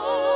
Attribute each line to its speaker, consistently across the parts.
Speaker 1: Oh,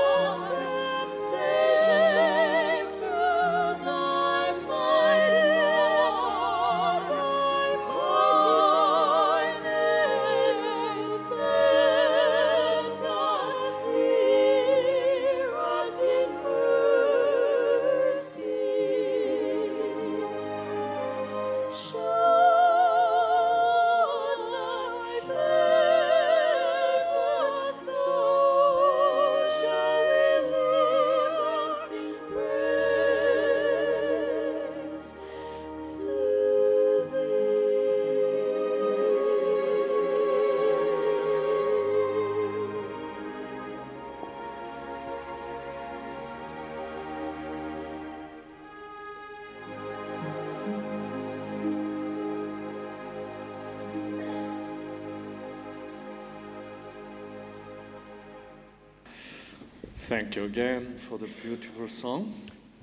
Speaker 2: Thank you again for the beautiful song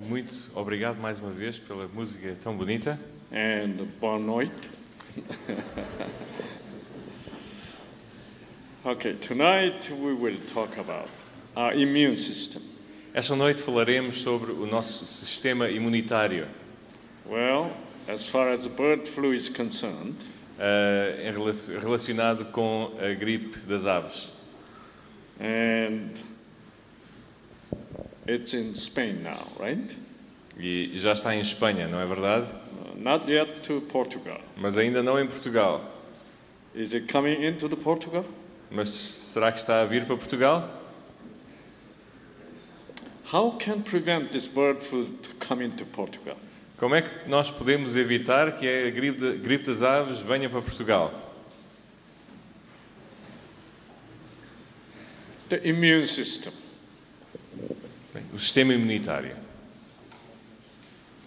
Speaker 3: Muito obrigado mais uma vez pela música tão bonita.
Speaker 2: and boa noite. okay, tonight we will talk about our immune system.
Speaker 3: Esta noite falaremos sobre o nosso sistema imunitário.
Speaker 2: Well, as far as bird flu is concerned,
Speaker 3: ah, em rela- relacionado com a gripe das aves.
Speaker 2: and it's in Spain now, right?
Speaker 3: E já está em Espanha, não é verdade?
Speaker 2: Uh, not yet to Portugal.
Speaker 3: Mas ainda não em Portugal.
Speaker 2: Is it coming into the Portugal?
Speaker 3: Mas será que está a vir para Portugal?
Speaker 2: How can prevent this bird flu to come into Portugal?
Speaker 3: Como é que nós podemos evitar que a gripe, de- gripe das aves venha para Portugal?
Speaker 2: The immune system.
Speaker 3: Bem, O sistema imunitário.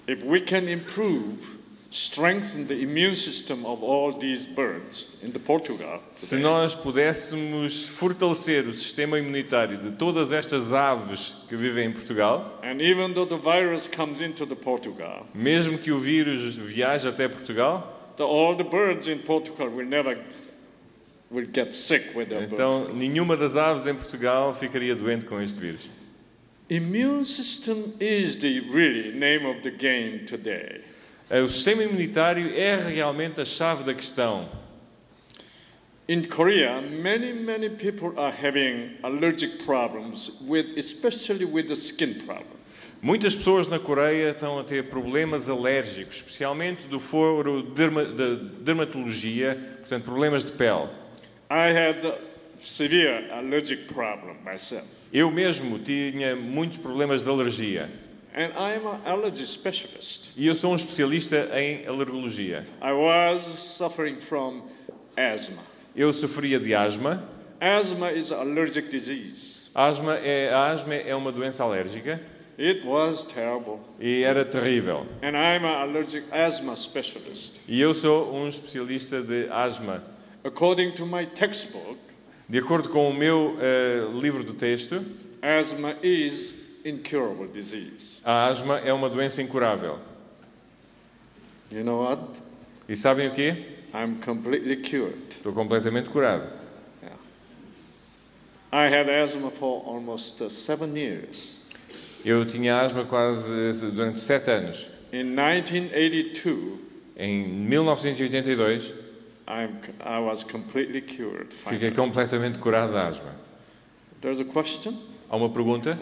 Speaker 2: If we can improve, strengthen the immune system of all these birds in the Portugal,
Speaker 3: Se nós pudéssemos fortalecer o sistema imunitário de todas estas aves que vivem em Portugal,
Speaker 2: and even though the virus comes into the Portugal,
Speaker 3: mesmo que o vírus viaje até Portugal,
Speaker 2: the, all the birds in Portugal will never will get sick with their bird.
Speaker 3: então nenhuma das aves em Portugal ficaria doente com este vírus.
Speaker 2: Immune system is the really name of the game today.
Speaker 3: Eh, O sistema imunitário é realmente a chave da questão.
Speaker 2: In Korea, many many people are having allergic problems with especially with the skin problem.
Speaker 3: Muitas pessoas na Coreia estão a ter problemas alérgicos, especialmente do foro derma- da dermatologia, portanto, problemas de pele.
Speaker 2: I had a severe allergic problem myself.
Speaker 3: Eu mesmo tinha muitos problemas de alergia.
Speaker 2: And I am an allergy specialist.
Speaker 3: E eu sou um especialista em alergologia.
Speaker 2: I was suffering from asthma.
Speaker 3: Eu sofria de asma.
Speaker 2: Asthma is an allergic disease.
Speaker 3: asma é, a asma é uma doença alérgica
Speaker 2: It was terrible.
Speaker 3: e era terrível.
Speaker 2: And I'm an allergic asthma specialist.
Speaker 3: E eu sou um especialista de asma.
Speaker 2: According to my textbook,
Speaker 3: De acordo com o meu eh, livro do texto,
Speaker 2: asthma is incurable disease.
Speaker 3: a asma é uma doença incurável.
Speaker 2: You know what?
Speaker 3: E sabem o quê?
Speaker 2: I'm completely cured.
Speaker 3: Estou completamente curado.
Speaker 2: Yeah. I had asthma for almost uh, seven years.
Speaker 3: Eu tinha asma quase eh, durante sete anos.
Speaker 2: In 1982,
Speaker 3: Em 1982,
Speaker 2: I'm, I was completely cured.
Speaker 3: fiquei
Speaker 2: Finally.
Speaker 3: completamente curado da asma.
Speaker 2: There's a question?
Speaker 3: Há uma pergunta?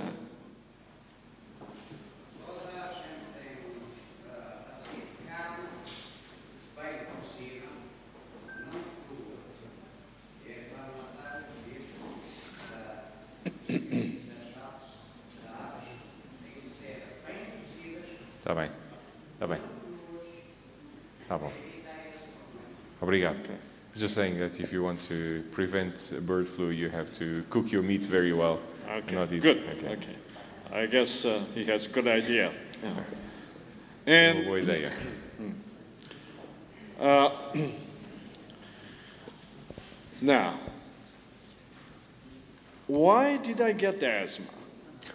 Speaker 4: Toda a gente tem ah, a seguir carne, bem cozida, muito crua. É para matar os bichos da- das aves, da aves, tem que ser bem cozidas,
Speaker 3: Está Tá bem. Está bem. Está bom. Obrigado. Just saying that if you want to prevent bird flu, you have to cook your meat very well. and
Speaker 2: Okay,
Speaker 3: not eat-
Speaker 2: good.
Speaker 3: Okay.
Speaker 2: Okay. I guess uh, he has good idea.
Speaker 3: Uma
Speaker 2: And
Speaker 3: boa ideia.
Speaker 2: uh, now, why did I get asthma?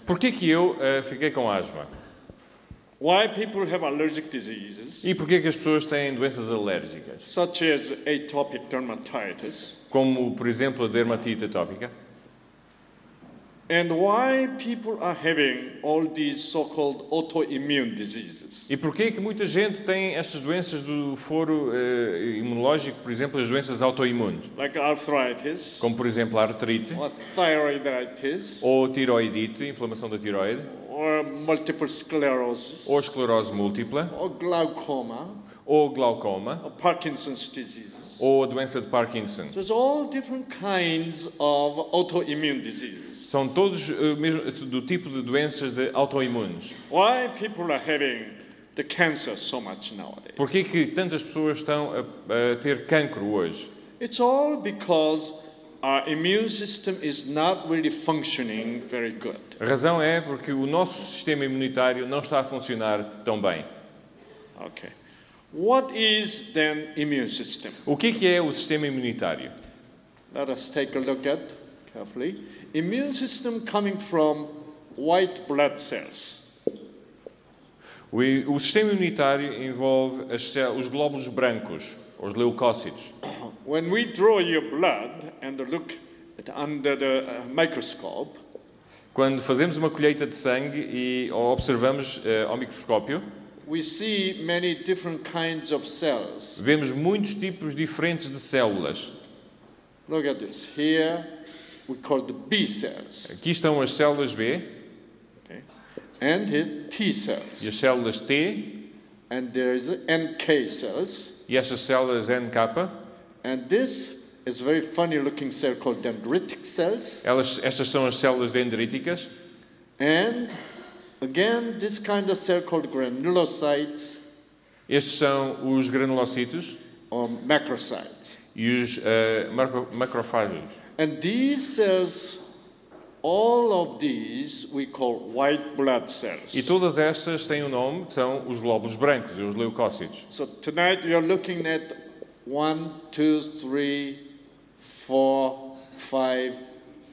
Speaker 3: Por que que eu eh, fiquei com asma?
Speaker 2: Why people have allergic diseases
Speaker 3: E por que que as pessoas têm doenças alérgicas?
Speaker 2: such as atopic dermatitis,
Speaker 3: Como, por exemplo, a dermatite atópica?
Speaker 2: and why people are having all these so-called autoimmune diseases?
Speaker 3: E por que que muita gente tem estas doenças do foro eh, imunológico, por exemplo, as doenças autoimunes?
Speaker 2: Like arthritis,
Speaker 3: Como, por exemplo, a artrite
Speaker 2: or thyroiditis,
Speaker 3: ou tiroidite, inflamação da tiroide.
Speaker 2: or multiple sclerosis,
Speaker 3: ou esclerose múltipla,
Speaker 2: or glaucoma,
Speaker 3: ou glaucoma,
Speaker 2: or Parkinson's diseases.
Speaker 3: ou a doença de Parkinson.
Speaker 2: There's all different kinds of autoimmune diseases.
Speaker 3: São todos eh, mesmo, do tipo de doenças de autoimunes.
Speaker 2: Why people are having the cancer so much nowadays?
Speaker 3: Porquê que tantas pessoas estão a, a ter cancro hoje?
Speaker 2: It's all because our immune system is not really functioning very good.
Speaker 3: A razão é porque o nosso sistema imunitário não está a funcionar tão bem.
Speaker 2: Okay. What is then immune system?
Speaker 3: O que é, que é o sistema imunitário?
Speaker 2: Let us take a look at carefully. Immune system coming from white blood cells.
Speaker 3: O, i- o sistema imunitário envolve as células, os glóbulos brancos, os leucócitos.
Speaker 2: When we draw your blood and look at under the uh, microscope,
Speaker 3: Quando fazemos uma colheita de sangue e ou observamos eh, ao microscópio,
Speaker 2: we see many different kinds of cells.
Speaker 3: vemos muitos tipos diferentes de células.
Speaker 2: Look at this. Here we call the B cells
Speaker 3: Aqui estão as células B
Speaker 2: and here T
Speaker 3: e as
Speaker 2: cells.
Speaker 3: células T
Speaker 2: And there is NK cells.
Speaker 3: e estas células NK.
Speaker 2: And this is very funny looking cell called dendritic cells.
Speaker 3: Elas, estas são as células dendríticas.
Speaker 2: And again, this kind of cell called granulocytes
Speaker 3: Estes são os granulocitos
Speaker 2: or macrocytes.
Speaker 3: e os eh, macro- macrófagos.
Speaker 2: And these cells, all of these we call white blood cells.
Speaker 3: E todas estas têm um nome, são os glóbulos brancos e os leucócitos.
Speaker 2: So tonight you're looking at one, two, three, four, five,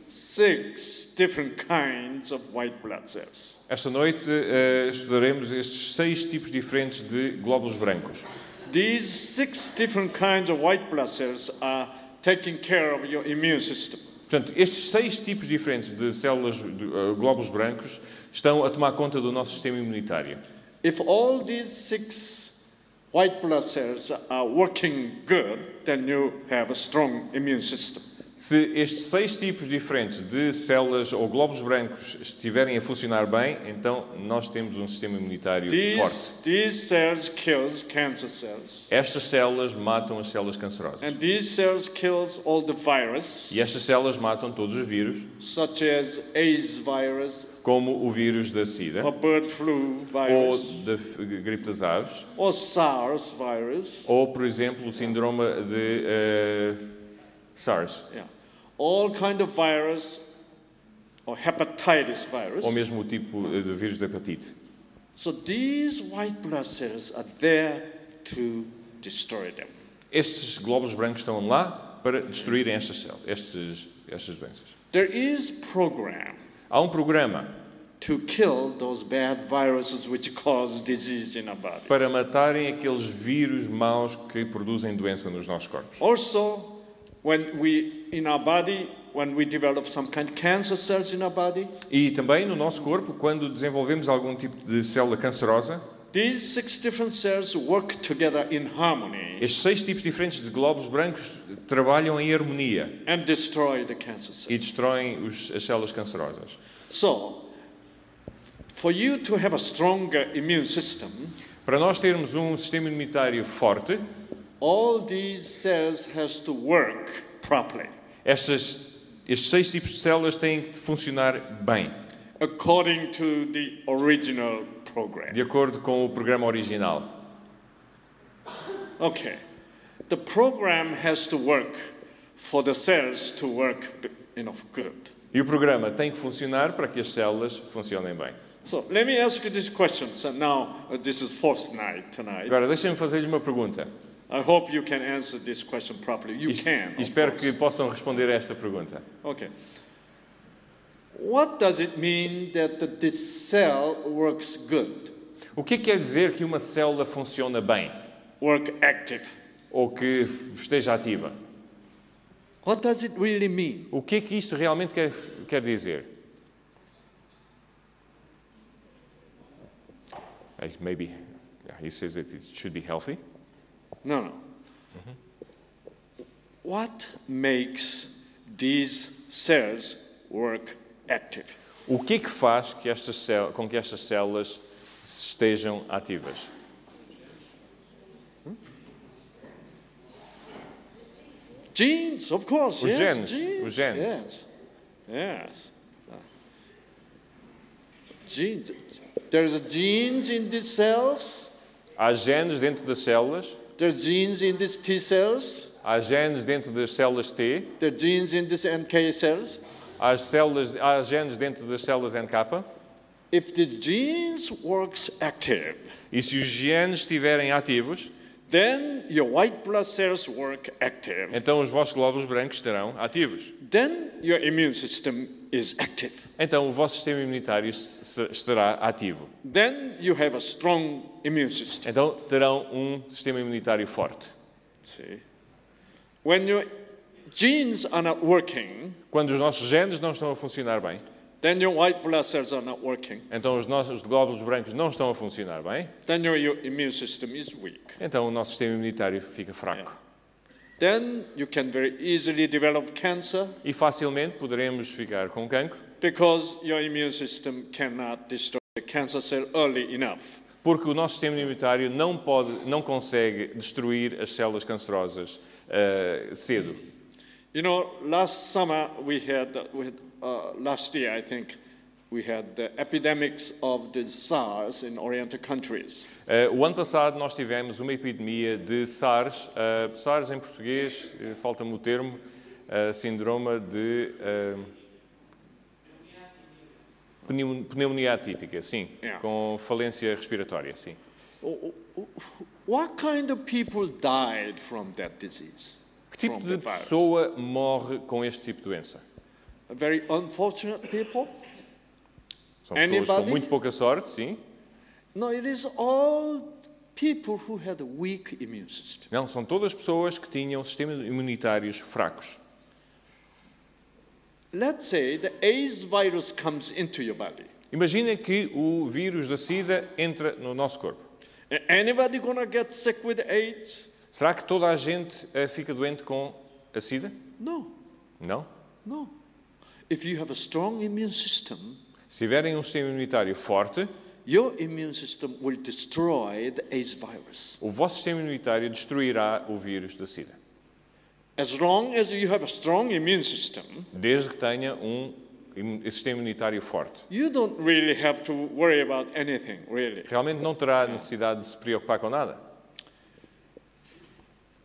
Speaker 2: six different kinds of white blood cells.
Speaker 3: Esta noite eh, estudaremos estes seis tipos diferentes de glóbulos brancos.
Speaker 2: These six different kinds of white blood cells are taking care of your immune system.
Speaker 3: Portanto, estes seis tipos diferentes de células, de, eh, glóbulos brancos, estão a tomar conta do nosso sistema imunitário.
Speaker 2: If all these six white blood cells are working good, then you have a strong immune system.
Speaker 3: Se estes seis tipos diferentes de células ou glóbulos brancos estiverem a funcionar bem, então nós temos um sistema imunitário forte.
Speaker 2: These, these cells kills cancer cells.
Speaker 3: Estas células matam as células cancerosas.
Speaker 2: And these cells kills all the virus,
Speaker 3: E estas células matam todos os vírus,
Speaker 2: such as AIDS virus
Speaker 3: como o vírus da SIDA,
Speaker 2: or bird flu
Speaker 3: ou
Speaker 2: virus
Speaker 3: da f- gripe das aves,
Speaker 2: or SARS virus.
Speaker 3: ou, por exemplo, o síndrome de eh, SARS,
Speaker 2: Yeah. All kind of virus or hepatitis virus.
Speaker 3: ou mesmo o tipo eh, de vírus da hepatite.
Speaker 2: So these white blood cells are there to destroy them.
Speaker 3: Estes glóbulos brancos estão lá para destruírem estas células, estes, estas doenças.
Speaker 2: There is program
Speaker 3: Há um programa
Speaker 2: to kill those bad viruses which cause disease in our body.
Speaker 3: para matarem aqueles vírus maus que produzem doença nos nossos corpos.
Speaker 2: Also, when we in our body, when we develop some kind of cancer cells in our body,
Speaker 3: E também no nosso corpo, quando desenvolvemos algum tipo de célula cancerosa,
Speaker 2: these six different cells work together in harmony
Speaker 3: estes seis tipos diferentes de glóbulos brancos trabalham em harmonia
Speaker 2: and destroy the cancer
Speaker 3: e
Speaker 2: cells.
Speaker 3: destroem os- as células cancerosas.
Speaker 2: So, for you to have a stronger immune system,
Speaker 3: Para nós termos um sistema imunitário forte,
Speaker 2: all these cells has to work properly
Speaker 3: estas, estes seis tipos de células têm que funcionar bem,
Speaker 2: according to the original program.
Speaker 3: de acordo com o programa original.
Speaker 2: Okay. The program has to work for the cells to work, you know, good.
Speaker 3: E o programa tem que funcionar para que as células funcionem bem.
Speaker 2: So let me ask you this question. So now uh, this is fourth night tonight.
Speaker 3: Agora, deixem-me fazer-lhe uma pergunta.
Speaker 2: I hope you can answer this question properly. You
Speaker 3: E-
Speaker 2: can. of
Speaker 3: e espero
Speaker 2: course.
Speaker 3: que possam responder a esta pergunta.
Speaker 2: Okay. What does it mean that the, this cell works good,
Speaker 3: O que é que quer dizer que uma célula funciona bem
Speaker 2: work active?
Speaker 3: ou que f- esteja ativa?
Speaker 2: What does it really mean?
Speaker 3: O que é que isto realmente quer, quer dizer? Like, Maybe yeah, he says that it should be healthy.
Speaker 2: No, no.
Speaker 3: Mm-hmm.
Speaker 2: What makes these cells work active?
Speaker 3: O que é que faz que estas células, com que estas células estejam ativas?
Speaker 2: Genes, of course.
Speaker 3: Os
Speaker 2: yes,
Speaker 3: genes,
Speaker 2: Genes,
Speaker 3: os genes.
Speaker 2: Yes. Yes. Genes. There's genes in these cells.
Speaker 3: Há genes dentro das células,
Speaker 2: There's genes in these T cells.
Speaker 3: há genes dentro das células T,
Speaker 2: There's genes in these NK cells.
Speaker 3: há, células, há genes dentro das células NK.
Speaker 2: If the genes works active,
Speaker 3: E se os genes estiverem ativos,
Speaker 2: then your white blood cells work active.
Speaker 3: então os vossos glóbulos brancos estarão ativos.
Speaker 2: Then your immune system is active.
Speaker 3: Então o vosso sistema imunitário se- se- estará ativo.
Speaker 2: Then you have a strong immune system.
Speaker 3: Então terão um sistema imunitário forte.
Speaker 2: See? When your genes are not working,
Speaker 3: Quando os nossos genes não estão a funcionar bem,
Speaker 2: then your white blood cells are not working.
Speaker 3: então os nossos glóbulos brancos não estão a funcionar bem,
Speaker 2: Then your, your immune system is weak.
Speaker 3: então o nosso sistema imunitário fica fraco.
Speaker 2: Then you can very easily develop cancer
Speaker 3: E facilmente poderemos ficar com cancro,
Speaker 2: because your immune system cannot destroy the cancer cell early enough.
Speaker 3: porque o nosso sistema imunitário não, pode, não consegue destruir as células cancerosas ah, cedo.
Speaker 2: You know, last summer we had, we had uh, last year I think, we had the epidemics of the SARS in Oriental countries.
Speaker 3: Eh, o ano passado nós tivemos uma epidemia de SARS, eh, SARS em português, eh, falta-me o termo, eh, síndrome de eh, pneumo- pneumonia atípica, sim,
Speaker 2: Yeah.
Speaker 3: com falência respiratória, sim.
Speaker 2: O- o- o- What kind of people died from that disease?
Speaker 3: Que tipo
Speaker 2: From
Speaker 3: de
Speaker 2: the virus.
Speaker 3: pessoa morre com este tipo de doença?
Speaker 2: Very unfortunate people?
Speaker 3: São pessoas com
Speaker 2: Anybody?
Speaker 3: muito pouca sorte, sim.
Speaker 2: No, it is all people who had a weak immune system.
Speaker 3: Não, são todas pessoas que tinham sistemas imunitários fracos.
Speaker 2: Let's say the AIDS virus comes into your body.
Speaker 3: Imaginem que o vírus da SIDA entra no nosso corpo.
Speaker 2: A- Anybody gonna get sick with AIDS?
Speaker 3: Será que toda a gente eh, fica doente com a SIDA?
Speaker 2: No,
Speaker 3: Não.
Speaker 2: no. If you have a strong immune system,
Speaker 3: Se tiverem um sistema imunitário forte,
Speaker 2: your immune system will destroy the AIDS virus.
Speaker 3: o vosso sistema imunitário destruirá o vírus da SIDA.
Speaker 2: As long as you have a strong immune system,
Speaker 3: Desde que tenha um imu- sistema imunitário forte.
Speaker 2: you don't really have to worry about anything, really.
Speaker 3: Realmente não terá necessidade de se preocupar com nada.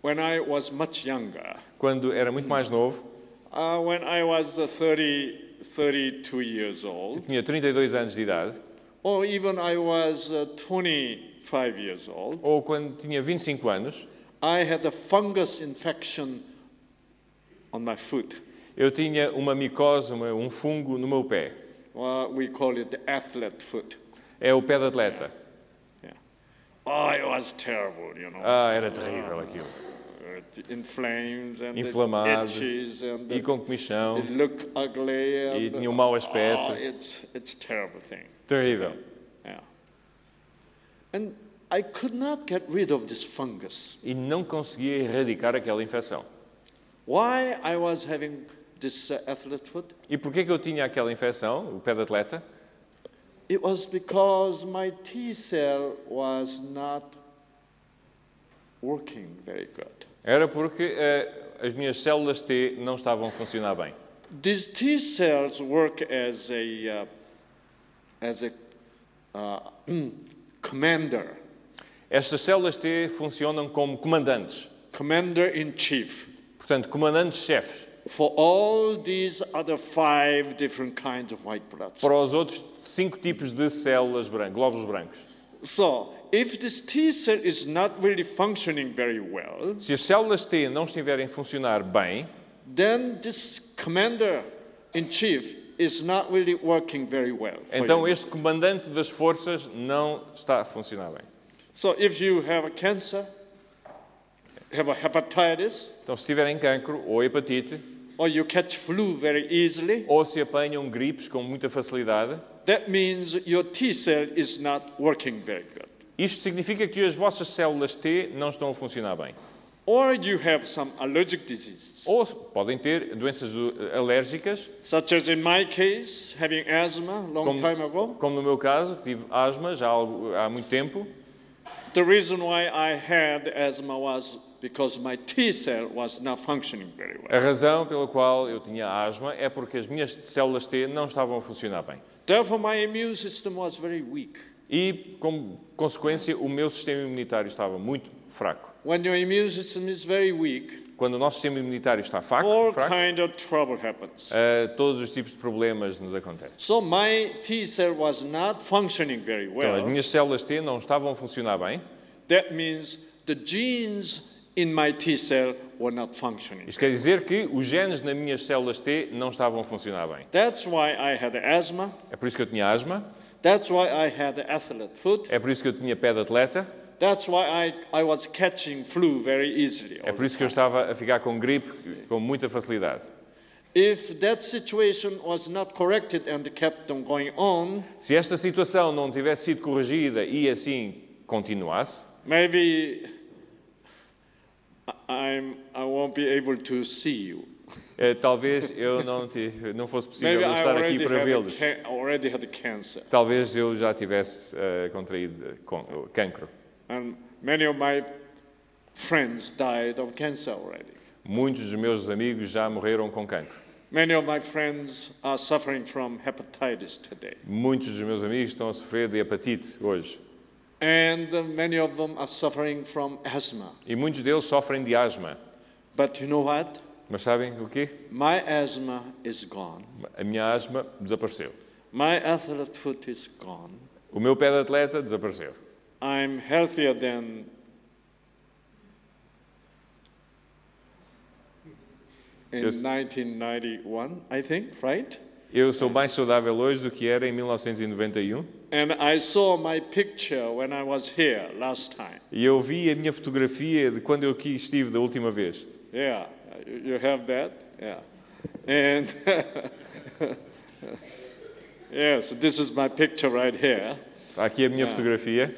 Speaker 2: When I was much younger,
Speaker 3: Quando era muito mais novo,
Speaker 2: uh, when I was uh, 30, 32 years old,
Speaker 3: tinha 32 anos de idade,
Speaker 2: or even I was uh, 25 years old,
Speaker 3: ou quando tinha 25 anos,
Speaker 2: I had a fungus infection on my foot.
Speaker 3: eu tinha uma micose, uma- um fungo no meu pé.
Speaker 2: Well, Uh, we call it the athlete foot.
Speaker 3: É o pé de atleta.
Speaker 2: Yeah. Oh, it was terrible, you know.
Speaker 3: Ah, era terrível aquilo.
Speaker 2: it inflames and
Speaker 3: Inflamado.
Speaker 2: it itches and
Speaker 3: E
Speaker 2: it,
Speaker 3: com comichão,
Speaker 2: it look ugly. And
Speaker 3: E tinha um mau
Speaker 2: Oh,
Speaker 3: aspecto.
Speaker 2: it's, it's terrible thing.
Speaker 3: terrível.
Speaker 2: Yeah. And I could not get rid of this fungus.
Speaker 3: e não conseguia erradicar aquela infecção.
Speaker 2: Why I was having this uh, athlete foot?
Speaker 3: E porquê que eu tinha aquela infecção, o pé de atleta?
Speaker 2: It was because my T cell was not working very good.
Speaker 3: Era porque eh, as minhas células T não estavam a funcionar bem.
Speaker 2: These T cells work as a uh, as a uh, commander,
Speaker 3: Estas células T funcionam como comandantes,
Speaker 2: commander in chief
Speaker 3: portanto, comandantes-chefes
Speaker 2: for all these other five different kinds of white blood cells.
Speaker 3: para os outros cinco tipos de células brancas, glóbulos brancos.
Speaker 2: So, if this T cell is not really functioning very well,
Speaker 3: Se as células T não estiverem a funcionar bem,
Speaker 2: then this commander in chief is not really working very well. for
Speaker 3: então
Speaker 2: you.
Speaker 3: este comandante das forças não está a funcionar bem.
Speaker 2: So, if you have a cancer, have a hepatitis,
Speaker 3: Então, se tiverem cancro ou hepatite,
Speaker 2: or you catch flu very easily,
Speaker 3: ou se apanham gripes com muita facilidade,
Speaker 2: That means your T cell is not working very good.
Speaker 3: Isto significa que as vossas células T não estão a funcionar bem.
Speaker 2: Or you have some allergic diseases,
Speaker 3: Ou podem ter doenças uh, alérgicas,
Speaker 2: such as in my case, having asthma a long
Speaker 3: Com-
Speaker 2: time ago.
Speaker 3: como no meu caso, que tive asma já há, algo- há muito tempo.
Speaker 2: The reason why I had asthma was because my T cell was not functioning very well.
Speaker 3: A razão pela qual eu tinha asma é porque as minhas células T não estavam a funcionar bem.
Speaker 2: Therefore, my immune system was very weak.
Speaker 3: E, como consequência, o meu sistema imunitário estava muito fraco.
Speaker 2: When your immune system is very weak,
Speaker 3: Quando o nosso sistema imunitário está
Speaker 2: all
Speaker 3: fraco, fraco
Speaker 2: kind of trouble happens.
Speaker 3: uh, todos os tipos de problemas nos acontecem.
Speaker 2: So my T cell was not functioning very
Speaker 3: Então, as
Speaker 2: well.
Speaker 3: minhas células T não estavam a funcionar bem.
Speaker 2: That means the genes in my T cell were not functioning.
Speaker 3: Isto quer dizer que os genes nas minhas células T não estavam a funcionar bem.
Speaker 2: That's why I had asthma.
Speaker 3: É por isso que eu tinha asma,
Speaker 2: That's why I had athlete foot.
Speaker 3: é por isso que eu tinha pé de atleta,
Speaker 2: That's why I, I was catching flu very easily.
Speaker 3: é por isso que eu estava a ficar com gripe com muita facilidade.
Speaker 2: If that situation was not corrected and kept on going on,
Speaker 3: Se esta situação não tivesse sido corrigida e assim continuasse,
Speaker 2: maybe I- I'm, I won't be able to see you.
Speaker 3: eh, talvez eu não, ti- não fosse possível
Speaker 2: Maybe
Speaker 3: eu
Speaker 2: I
Speaker 3: estar aqui
Speaker 2: already
Speaker 3: para
Speaker 2: had, a
Speaker 3: vê-los.
Speaker 2: ca- already had cancer.
Speaker 3: Talvez eu já tivesse eh, contraído eh, con- cancro.
Speaker 2: And many of my friends died of cancer already.
Speaker 3: Muitos dos meus amigos já morreram com cancro.
Speaker 2: Many of my friends are suffering from hepatitis today.
Speaker 3: Muitos dos meus amigos estão a sofrer de hepatite hoje.
Speaker 2: And uh, many of them are suffering from asthma.
Speaker 3: E muitos deles sofrem de asma.
Speaker 2: But you know what?
Speaker 3: Mas sabem o quê?
Speaker 2: My asthma is gone.
Speaker 3: A minha asma desapareceu.
Speaker 2: My athlete foot is gone.
Speaker 3: O meu pé de atleta desapareceu.
Speaker 2: I'm healthier than in
Speaker 3: Yes.
Speaker 2: 1991, I think, right?
Speaker 3: Eu sou mais saudável hoje do que era em 1991.
Speaker 2: And I saw my picture when I was here last time.
Speaker 3: E eu vi a minha fotografia de quando eu aqui estive da última vez.
Speaker 2: Yeah, you you have that? Yeah. And yes, this is my picture right here.
Speaker 3: Está aqui a minha fotografia.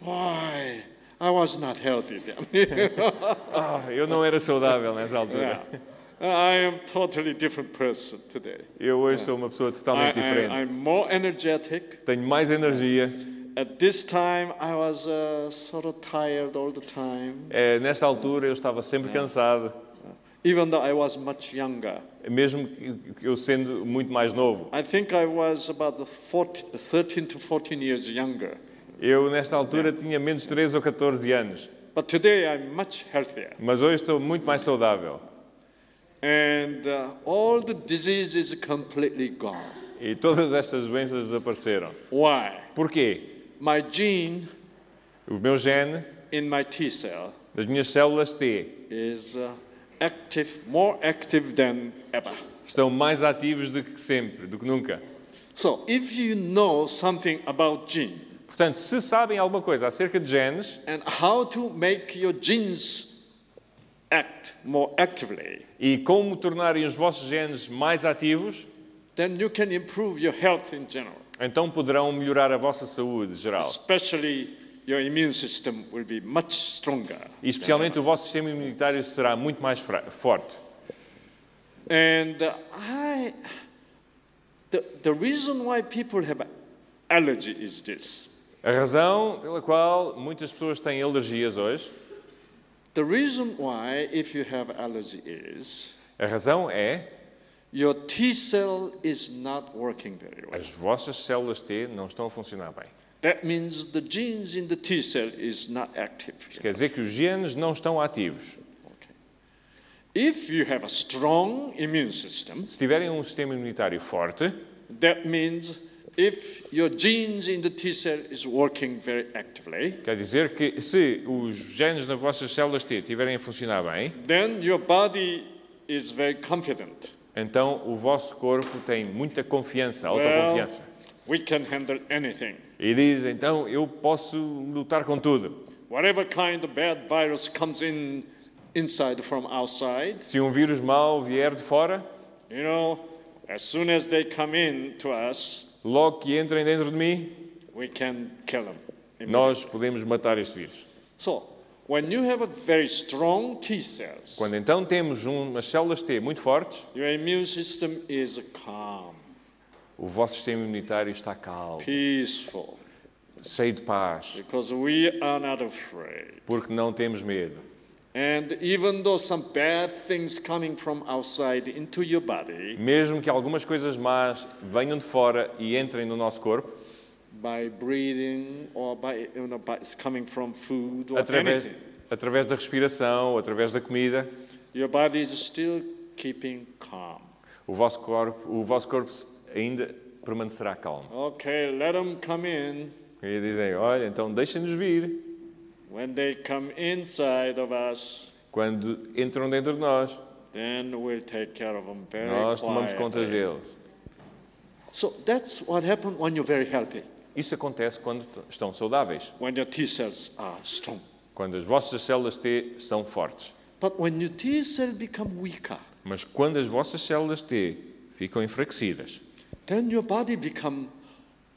Speaker 2: Why? I was not healthy then.
Speaker 3: Ah, eu não era saudável nessa altura.
Speaker 2: yeah. I am totally different person today.
Speaker 3: Eu hoje sou uma pessoa
Speaker 2: I,
Speaker 3: totalmente diferente.
Speaker 2: I, I'm more energetic.
Speaker 3: Tenho mais energia.
Speaker 2: At this time, I was uh, sort of tired all the time,
Speaker 3: Eh, nesta altura eu estava sempre cansado,
Speaker 2: even though I was much younger.
Speaker 3: mesmo que- que eu sendo muito mais novo.
Speaker 2: I think I was about 14, 13 to 14 years younger.
Speaker 3: Eu nesta altura tinha menos 13 ou 14 anos,
Speaker 2: But today, I'm much healthier.
Speaker 3: mas hoje estou muito mais saudável.
Speaker 2: And uh, all the disease is completely gone.
Speaker 3: E todas estas doenças desapareceram.
Speaker 2: Why?
Speaker 3: Porquê?
Speaker 2: My gene
Speaker 3: O meu gene
Speaker 2: in my T cell
Speaker 3: das minhas células T
Speaker 2: is uh, active, more active than ever.
Speaker 3: estão mais ativos do que sempre, do que nunca.
Speaker 2: So if you know something about gene
Speaker 3: Portanto, se sabem alguma coisa acerca de genes
Speaker 2: and how to make your genes act more actively,
Speaker 3: e como tornarem os vossos genes mais ativos,
Speaker 2: then you can improve your health in general.
Speaker 3: então poderão melhorar a vossa saúde geral.
Speaker 2: Especially your immune system will be much stronger.
Speaker 3: E especialmente o vosso sistema imunitário será muito mais fra- forte.
Speaker 2: And uh, I, the, the reason why people have allergy is this.
Speaker 3: A razão pela qual muitas pessoas têm alergias hoje,
Speaker 2: The reason why, if you have allergy, is
Speaker 3: a razão é
Speaker 2: your T cell is not working very well.
Speaker 3: as vossas células T não estão a funcionar bem.
Speaker 2: That means the genes in the T cell is not active.
Speaker 3: Isto quer dizer que os genes não estão ativos.
Speaker 2: Okay. If you have a strong immune system,
Speaker 3: Se tiverem um sistema imunitário forte,
Speaker 2: that means if your genes in the T cell is working very actively,
Speaker 3: quer dizer que se os genes nas vossas células T estiverem a funcionar bem,
Speaker 2: then your body is very confident.
Speaker 3: então o vosso corpo tem muita confiança,
Speaker 2: Well,
Speaker 3: autoconfiança.
Speaker 2: we can handle anything.
Speaker 3: E diz, então eu posso lutar com tudo.
Speaker 2: Whatever kind of bad virus comes in inside from outside,
Speaker 3: Se um vírus mau vier de fora,
Speaker 2: you know, as soon as they come in to us,
Speaker 3: logo que entrem dentro de mim,
Speaker 2: we can kill them.
Speaker 3: nós podemos matar este vírus.
Speaker 2: So, when you have a very strong T cells,
Speaker 3: Quando então temos umas células T muito fortes,
Speaker 2: your immune system is calm,
Speaker 3: o vosso sistema imunitário está calmo,
Speaker 2: peaceful,
Speaker 3: cheio de paz,
Speaker 2: because we are not afraid.
Speaker 3: porque não temos medo.
Speaker 2: And even though some bad things coming from outside into your body,
Speaker 3: Mesmo que algumas coisas más venham de fora e entrem no nosso corpo,
Speaker 2: by breathing or by, you know, by it's coming from food or
Speaker 3: através,
Speaker 2: anything,
Speaker 3: através da respiração, através da comida,
Speaker 2: your body is still keeping calm.
Speaker 3: o vosso corpo, o vosso corpo ainda permanecerá calmo.
Speaker 2: Okay, let them come in.
Speaker 3: E dizem, olha, então deixem-nos vir.
Speaker 2: When they come inside of us,
Speaker 3: Quando entram dentro de nós,
Speaker 2: then we'll take care of them very
Speaker 3: nós tomamos conta
Speaker 2: quietly.
Speaker 3: deles.
Speaker 2: So that's what happens when you're very healthy,
Speaker 3: Isso acontece quando t- estão saudáveis,
Speaker 2: when your T cells are strong.
Speaker 3: quando as vossas células T são fortes.
Speaker 2: But when your T cells become weaker,
Speaker 3: Mas quando as vossas células T ficam enfraquecidas,
Speaker 2: then your body become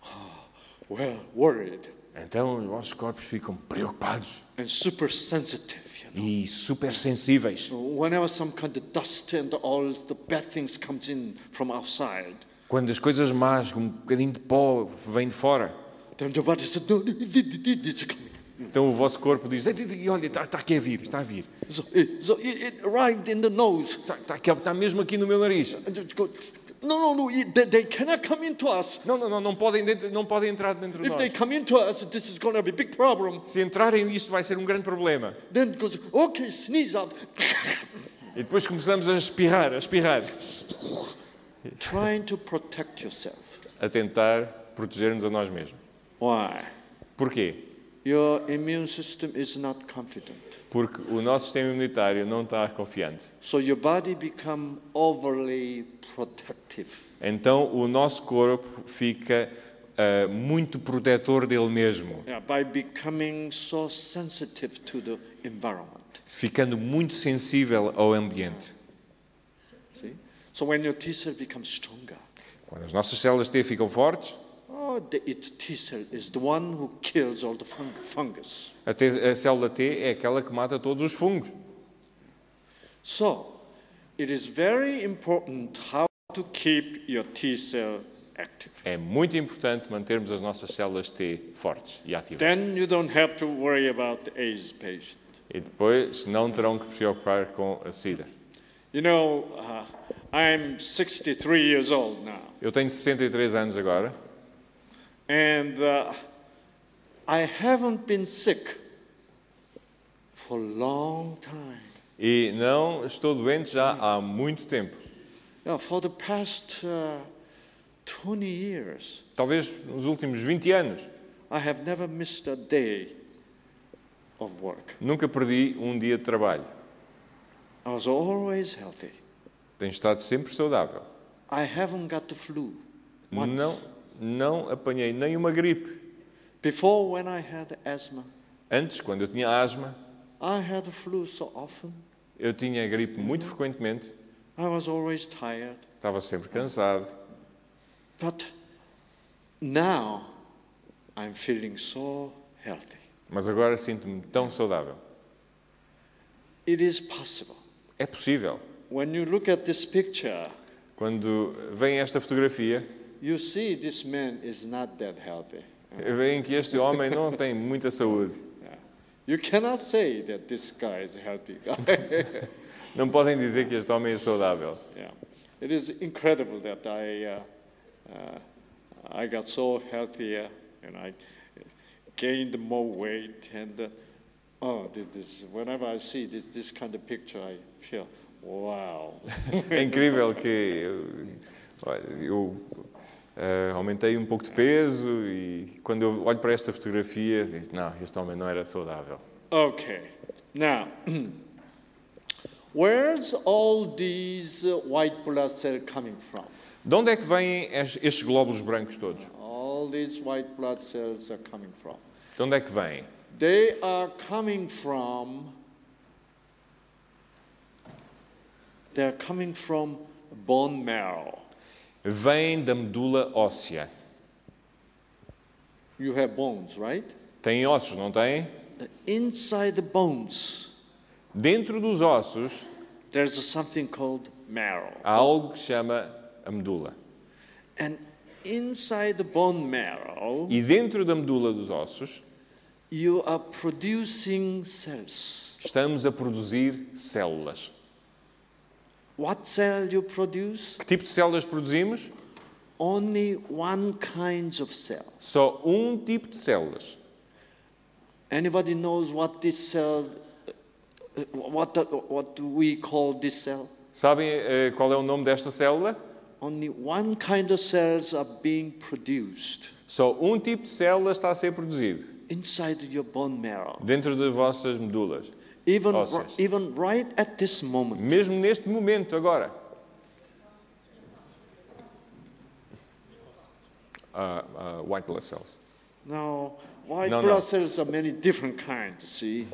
Speaker 2: ah, well worried
Speaker 3: então os vossos corpos ficam preocupados
Speaker 2: and super sensitive. You know?
Speaker 3: e super sensíveis.
Speaker 2: Whenever some kind of dust and all the bad things comes in from outside,
Speaker 3: Quando as coisas más, um bocadinho de pó vem de fora,
Speaker 2: then your body says, no, no, it's coming.
Speaker 3: então o vosso corpo diz: "Ei, ei, ei, olha, está tá aqui a vir, está a vir,
Speaker 2: So, it, so it, it arrived in the nose.
Speaker 3: está tá aqui- tá mesmo aqui no meu nariz.
Speaker 2: And it go, no, no, no, it- they, they cannot come into us.
Speaker 3: Não, não, não, não podem, dentro- não podem entrar dentro de
Speaker 2: If they
Speaker 3: nós.
Speaker 2: come into us, this is going to be a big problem.
Speaker 3: Se entrarem, isto vai ser um grande problema.
Speaker 2: Then it goes, okay, sneeze out.
Speaker 3: E depois começamos a espirrar, a espirrar,
Speaker 2: Trying to protect yourself.
Speaker 3: a tentar proteger-nos a nós mesmos.
Speaker 2: Why?
Speaker 3: Porquê?
Speaker 2: Your immune system is not confident.
Speaker 3: Porque o nosso sistema imunitário não está confiante.
Speaker 2: So your body become overly protective.
Speaker 3: Então o nosso corpo fica ah, muito protetor dele mesmo,
Speaker 2: Yeah, by becoming so sensitive to the environment.
Speaker 3: ficando muito sensível ao ambiente.
Speaker 2: See? So when your T cell becomes stronger,
Speaker 3: Quando as nossas células T ficam fortes,
Speaker 2: oh, the it, T cell is the one who kills all the fung- fungus.
Speaker 3: a, T- a célula T é aquela que mata todos os fungos.
Speaker 2: So it is very important how to keep your T cell active.
Speaker 3: É muito importante mantermos as nossas células T fortes e ativas.
Speaker 2: Then you don't have to worry about the AIDS patient.
Speaker 3: E depois não terão que se preocupar com a SIDA.
Speaker 2: You know, uh, I'm 63 years old now,
Speaker 3: Eu tenho 63 anos agora
Speaker 2: and uh, I haven't been sick for a long time.
Speaker 3: e não estou doente já há muito tempo.
Speaker 2: Yeah, for the past uh, 20 years,
Speaker 3: Talvez nos últimos 20 anos.
Speaker 2: I have never missed a day of work.
Speaker 3: Nunca perdi um dia de trabalho.
Speaker 2: I was always healthy.
Speaker 3: Tenho estado sempre saudável.
Speaker 2: I haven't got the flu once.
Speaker 3: Não, não apanhei nenhuma gripe.
Speaker 2: Before, when I had asthma,
Speaker 3: Antes, quando eu tinha asma,
Speaker 2: I had the flu so often.
Speaker 3: eu tinha gripe muito frequentemente.
Speaker 2: I was always tired.
Speaker 3: Estava sempre cansado.
Speaker 2: But now I'm feeling so healthy.
Speaker 3: Mas agora sinto-me tão saudável.
Speaker 2: It is possible.
Speaker 3: É possível.
Speaker 2: When you look at this picture,
Speaker 3: Quando vem esta fotografia,
Speaker 2: you see this man is not that healthy.
Speaker 3: veem que este homem não tem muita saúde.
Speaker 2: You cannot say that this guy is a healthy guy.
Speaker 3: Não podem dizer que este homem é saudável.
Speaker 2: yeah. It is incredible that I, uh, uh, I got so healthier and I gained more weight. And uh, oh, this, this, whenever I see this, this kind of picture, I feel, wow.
Speaker 3: É incrível que eu, olha, eu, eh, aumentei um pouco de peso e quando eu olho para esta fotografia, digo, não, este homem não era saudável.
Speaker 2: Okay, now, where's all these uh, white blood cells coming from?
Speaker 3: De onde é que vêm es- estes glóbulos brancos todos?
Speaker 2: All these white blood cells are coming from.
Speaker 3: De onde é que vêm?
Speaker 2: They are coming from. They are coming from bone marrow.
Speaker 3: Vêm da medula óssea.
Speaker 2: You have bones, right?
Speaker 3: Têm ossos, não têm?
Speaker 2: Inside the bones,
Speaker 3: Dentro dos ossos
Speaker 2: there's something called marrow.
Speaker 3: há algo que se chama a medula.
Speaker 2: And inside the bone marrow,
Speaker 3: E dentro da medula dos ossos
Speaker 2: you are producing cells.
Speaker 3: estamos a produzir células.
Speaker 2: What cell you produce?
Speaker 3: Que tipo de células produzimos?
Speaker 2: Only one kinds of cell.
Speaker 3: Só um tipo de células.
Speaker 2: Anybody knows what this cell, uh, what, the, what we call this cell?
Speaker 3: Sabem eh, qual é o nome desta célula?
Speaker 2: Only one kind of cells are being produced
Speaker 3: Só um tipo de célula está a ser produzido
Speaker 2: inside your bone marrow.
Speaker 3: dentro das vossas medulas.
Speaker 2: Even,
Speaker 3: Ou
Speaker 2: ri-
Speaker 3: seja-
Speaker 2: even right at this moment,
Speaker 3: Mesmo neste momento, agora. Ah, ah, white blood cells.
Speaker 2: now white
Speaker 3: No, no.
Speaker 2: blood cells are many different kinds, see?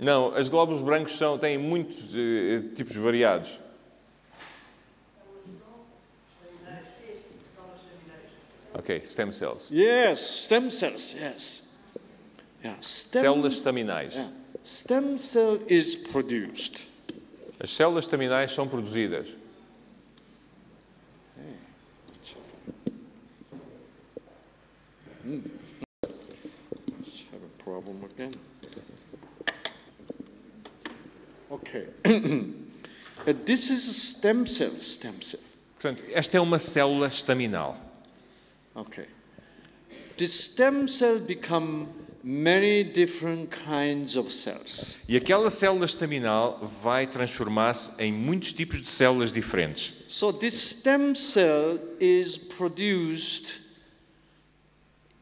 Speaker 3: Não, as glóbulos brancos são, têm muitos eh, tipos variados. Ok, stem cells.
Speaker 2: Yes, stem cells, yes. Yeah, stem, É.
Speaker 3: Células estaminais.
Speaker 2: yeah. stem cell is produced.
Speaker 3: As células estaminais são produzidas.
Speaker 2: Let's have a problem again. Okay. Uh, this is a stem cell, stem cell.
Speaker 3: Portanto, esta é uma célula estaminal.
Speaker 2: Okay. The stem cell become many different kinds of cells.
Speaker 3: E aquela célula estaminal vai transformar-se em muitos tipos de células diferentes.
Speaker 2: So this stem cell is produced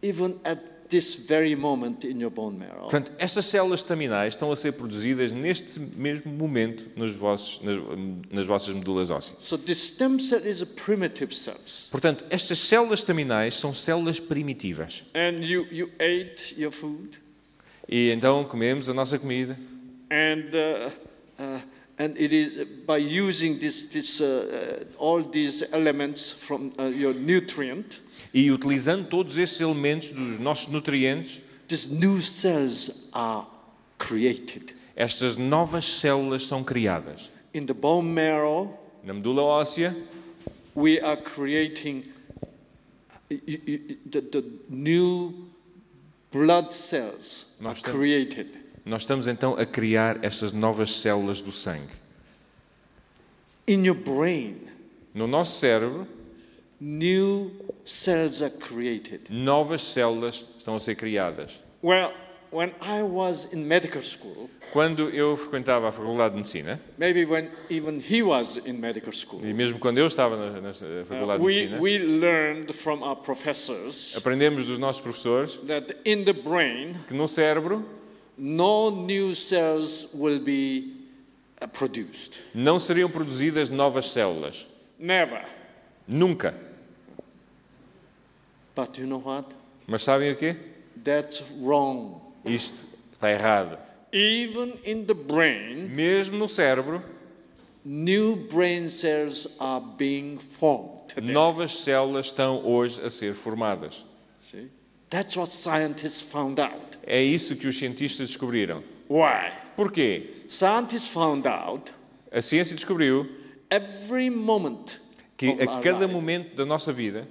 Speaker 2: even at this very moment in your bone marrow.
Speaker 3: Portanto, estas células estaminais estão a ser produzidas neste mesmo momento nos vossos- nas, nas vossas medulas ósseas.
Speaker 2: So this stem cell is a primitive cells.
Speaker 3: Portanto, estas células estaminais são células primitivas.
Speaker 2: And you, you ate your food,
Speaker 3: E então comemos a nossa comida.
Speaker 2: and uh, uh, and it is by using this this uh, uh, all these elements from uh, your nutrient,
Speaker 3: E utilizando todos esses elementos dos nossos nutrientes,
Speaker 2: these new cells are created
Speaker 3: estas novas células são criadas.
Speaker 2: in the bone marrow.
Speaker 3: Na medula óssea,
Speaker 2: we are creating y- y- y- the, the new blood cells are
Speaker 3: Understand.
Speaker 2: created.
Speaker 3: nós estamos então a criar estas novas células do sangue.
Speaker 2: In your brain,
Speaker 3: No nosso cérebro,
Speaker 2: new cells are created.
Speaker 3: novas células estão a ser criadas.
Speaker 2: Well, when I was in medical school,
Speaker 3: Quando eu frequentava a Faculdade de Medicina,
Speaker 2: maybe when even he was in medical school,
Speaker 3: e mesmo quando eu estava na, na
Speaker 2: uh,
Speaker 3: Faculdade de
Speaker 2: we,
Speaker 3: Medicina,
Speaker 2: we learned from our professors
Speaker 3: aprendemos dos nossos professores
Speaker 2: that in the brain,
Speaker 3: que no cérebro
Speaker 2: no new cells will be uh, produced.
Speaker 3: não seriam produzidas novas células.
Speaker 2: Never.
Speaker 3: Nunca.
Speaker 2: But you know what?
Speaker 3: Mas sabem o quê?
Speaker 2: That's wrong.
Speaker 3: Isto está errado.
Speaker 2: Even in the brain,
Speaker 3: Mesmo no cérebro,
Speaker 2: new brain cells are being formed.
Speaker 3: Mm.
Speaker 2: today.
Speaker 3: novas células estão hoje a ser formadas.
Speaker 2: See? That's what scientists found out.
Speaker 3: É isso que os cientistas descobriram.
Speaker 2: Why?
Speaker 3: Porquê?
Speaker 2: Scientists found out
Speaker 3: A ciência descobriu
Speaker 2: every moment
Speaker 3: que
Speaker 2: of
Speaker 3: a
Speaker 2: our
Speaker 3: cada
Speaker 2: life,
Speaker 3: momento da nossa vida,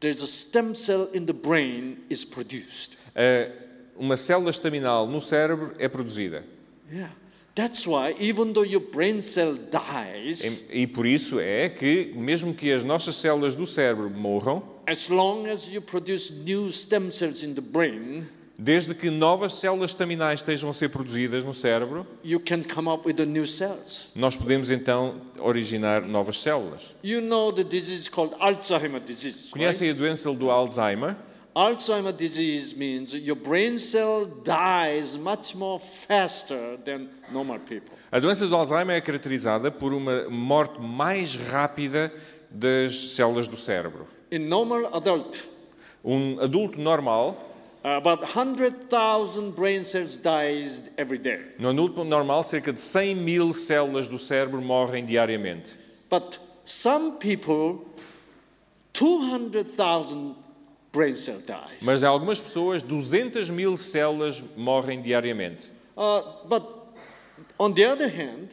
Speaker 2: there's a stem cell in the brain is produced.
Speaker 3: a- eh, uma célula estaminal no cérebro é produzida.
Speaker 2: Yeah. That's why even though your brain cell dies,
Speaker 3: E, e por isso é que, mesmo que as nossas células do cérebro morram,
Speaker 2: as long as you produce new stem cells in the brain,
Speaker 3: desde que novas células estaminais estejam a ser produzidas no cérebro,
Speaker 2: you can come up with the new cells.
Speaker 3: nós podemos então originar novas células.
Speaker 2: You know the disease called Alzheimer disease. Right?
Speaker 3: Conhecem a doença do Alzheimer?
Speaker 2: Alzheimer disease means your brain cell dies much more faster than normal people.
Speaker 3: A doença do Alzheimer é caracterizada por uma morte mais rápida das células do cérebro.
Speaker 2: In normal adult,
Speaker 3: Um adulto normal,
Speaker 2: Uh, about 100,000 brain cells dies every day.
Speaker 3: no adulto normal, cerca de 100 mil células do cérebro morrem diariamente.
Speaker 2: But some people, 200,000 brain cell dies.
Speaker 3: Mas em algumas pessoas, 200 mil células morrem diariamente.
Speaker 2: Uh, but on the other hand,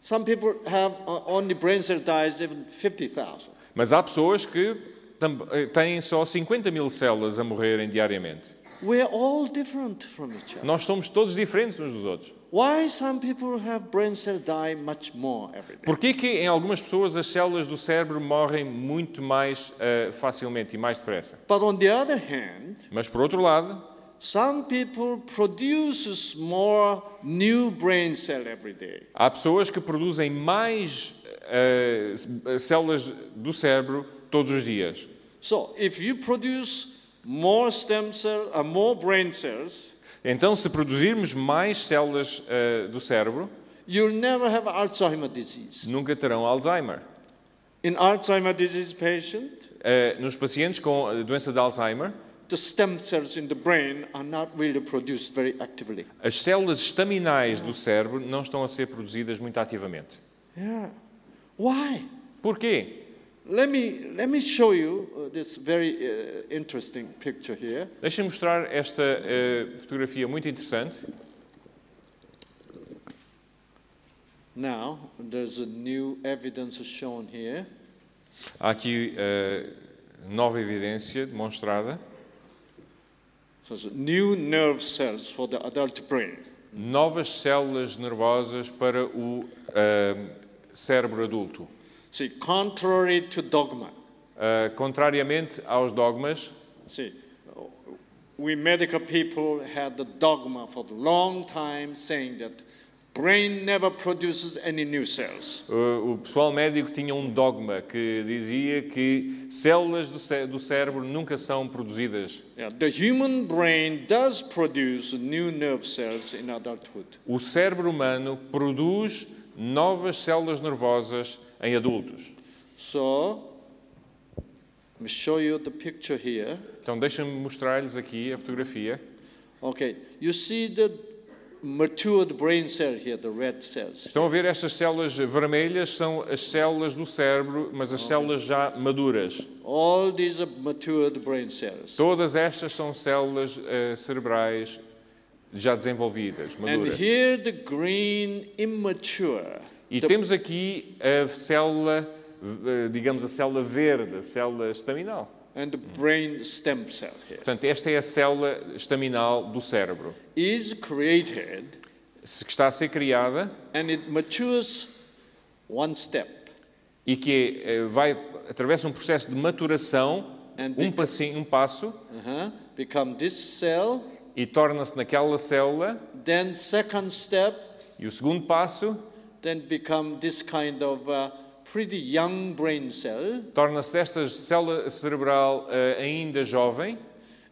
Speaker 2: some people have uh, only brain cell dies even 50,000.
Speaker 3: Mas há pessoas que tam- eh, têm só 50 mil células a morrerem diariamente.
Speaker 2: We're all different from each other.
Speaker 3: Nós somos todos diferentes uns dos outros.
Speaker 2: Why some people have brain cell die much more every day?
Speaker 3: Porquê que em algumas pessoas as células do cérebro morrem muito mais eh, facilmente e mais depressa?
Speaker 2: But on the other hand,
Speaker 3: Mas por outro lado,
Speaker 2: some people produces more new brain cell every day.
Speaker 3: há pessoas que produzem mais eh, c- células do cérebro todos os dias.
Speaker 2: So if you produce more stem cell or more uh, brain cells,
Speaker 3: Então, se produzirmos mais células eh, do cérebro,
Speaker 2: You'll never have Alzheimer's disease.
Speaker 3: nunca terão Alzheimer.
Speaker 2: In Alzheimer's disease patient,
Speaker 3: Eh, nos pacientes com a doença de Alzheimer,
Speaker 2: the stem cells in the brain are not really produced very actively.
Speaker 3: as células estaminais do cérebro não estão a ser produzidas muito ativamente.
Speaker 2: Yeah. Why?
Speaker 3: Porquê?
Speaker 2: Let me, let me show you uh, this very uh, interesting picture here.
Speaker 3: Deixem-me mostrar esta eh, fotografia muito interessante.
Speaker 2: Now, there's a new evidence shown here.
Speaker 3: Há aqui eh, nova evidência demonstrada.
Speaker 2: So, it's new nerve cells for the adult brain.
Speaker 3: Novas células nervosas para o eh, cérebro adulto.
Speaker 2: See, contrary to dogma,
Speaker 3: Eh, contrariamente aos dogmas,
Speaker 2: see, we medical people had the dogma for a long time saying that brain never produces any new cells.
Speaker 3: Uh, O pessoal médico tinha um dogma que dizia que células do, cé- do cérebro nunca são produzidas.
Speaker 2: Yeah, the human brain does produce new nerve cells in adulthood.
Speaker 3: O cérebro humano produz novas células nervosas em adultos.
Speaker 2: So, let me show you the picture here.
Speaker 3: Então, deixa-me mostrar-lhes aqui a fotografia.
Speaker 2: Okay, you see the matured brain cell here, the red cells.
Speaker 3: Estão a ver estas células vermelhas? São as células do cérebro, mas as células já maduras.
Speaker 2: All these are matured brain cells.
Speaker 3: Todas estas são células eh, cerebrais já desenvolvidas,
Speaker 2: And
Speaker 3: maduras.
Speaker 2: here the green immature.
Speaker 3: E
Speaker 2: the-
Speaker 3: temos aqui a célula, eh, digamos a célula verde, a célula estaminal.
Speaker 2: and the brain stem cell here
Speaker 3: Portanto, esta é a célula estaminal do cérebro,
Speaker 2: is created
Speaker 3: se- que está a ser criada
Speaker 2: and it matures one step.
Speaker 3: e que eh, vai atravessa um processo de maturação,
Speaker 2: And
Speaker 3: um,
Speaker 2: beca-
Speaker 3: passinho, um passo,
Speaker 2: uh-huh, become this cell.
Speaker 3: e torna-se naquela célula.
Speaker 2: Then second step,
Speaker 3: E o segundo passo
Speaker 2: then become this kind of uh, pretty young brain cell.
Speaker 3: torna-se desta célula cerebral eh, ainda jovem.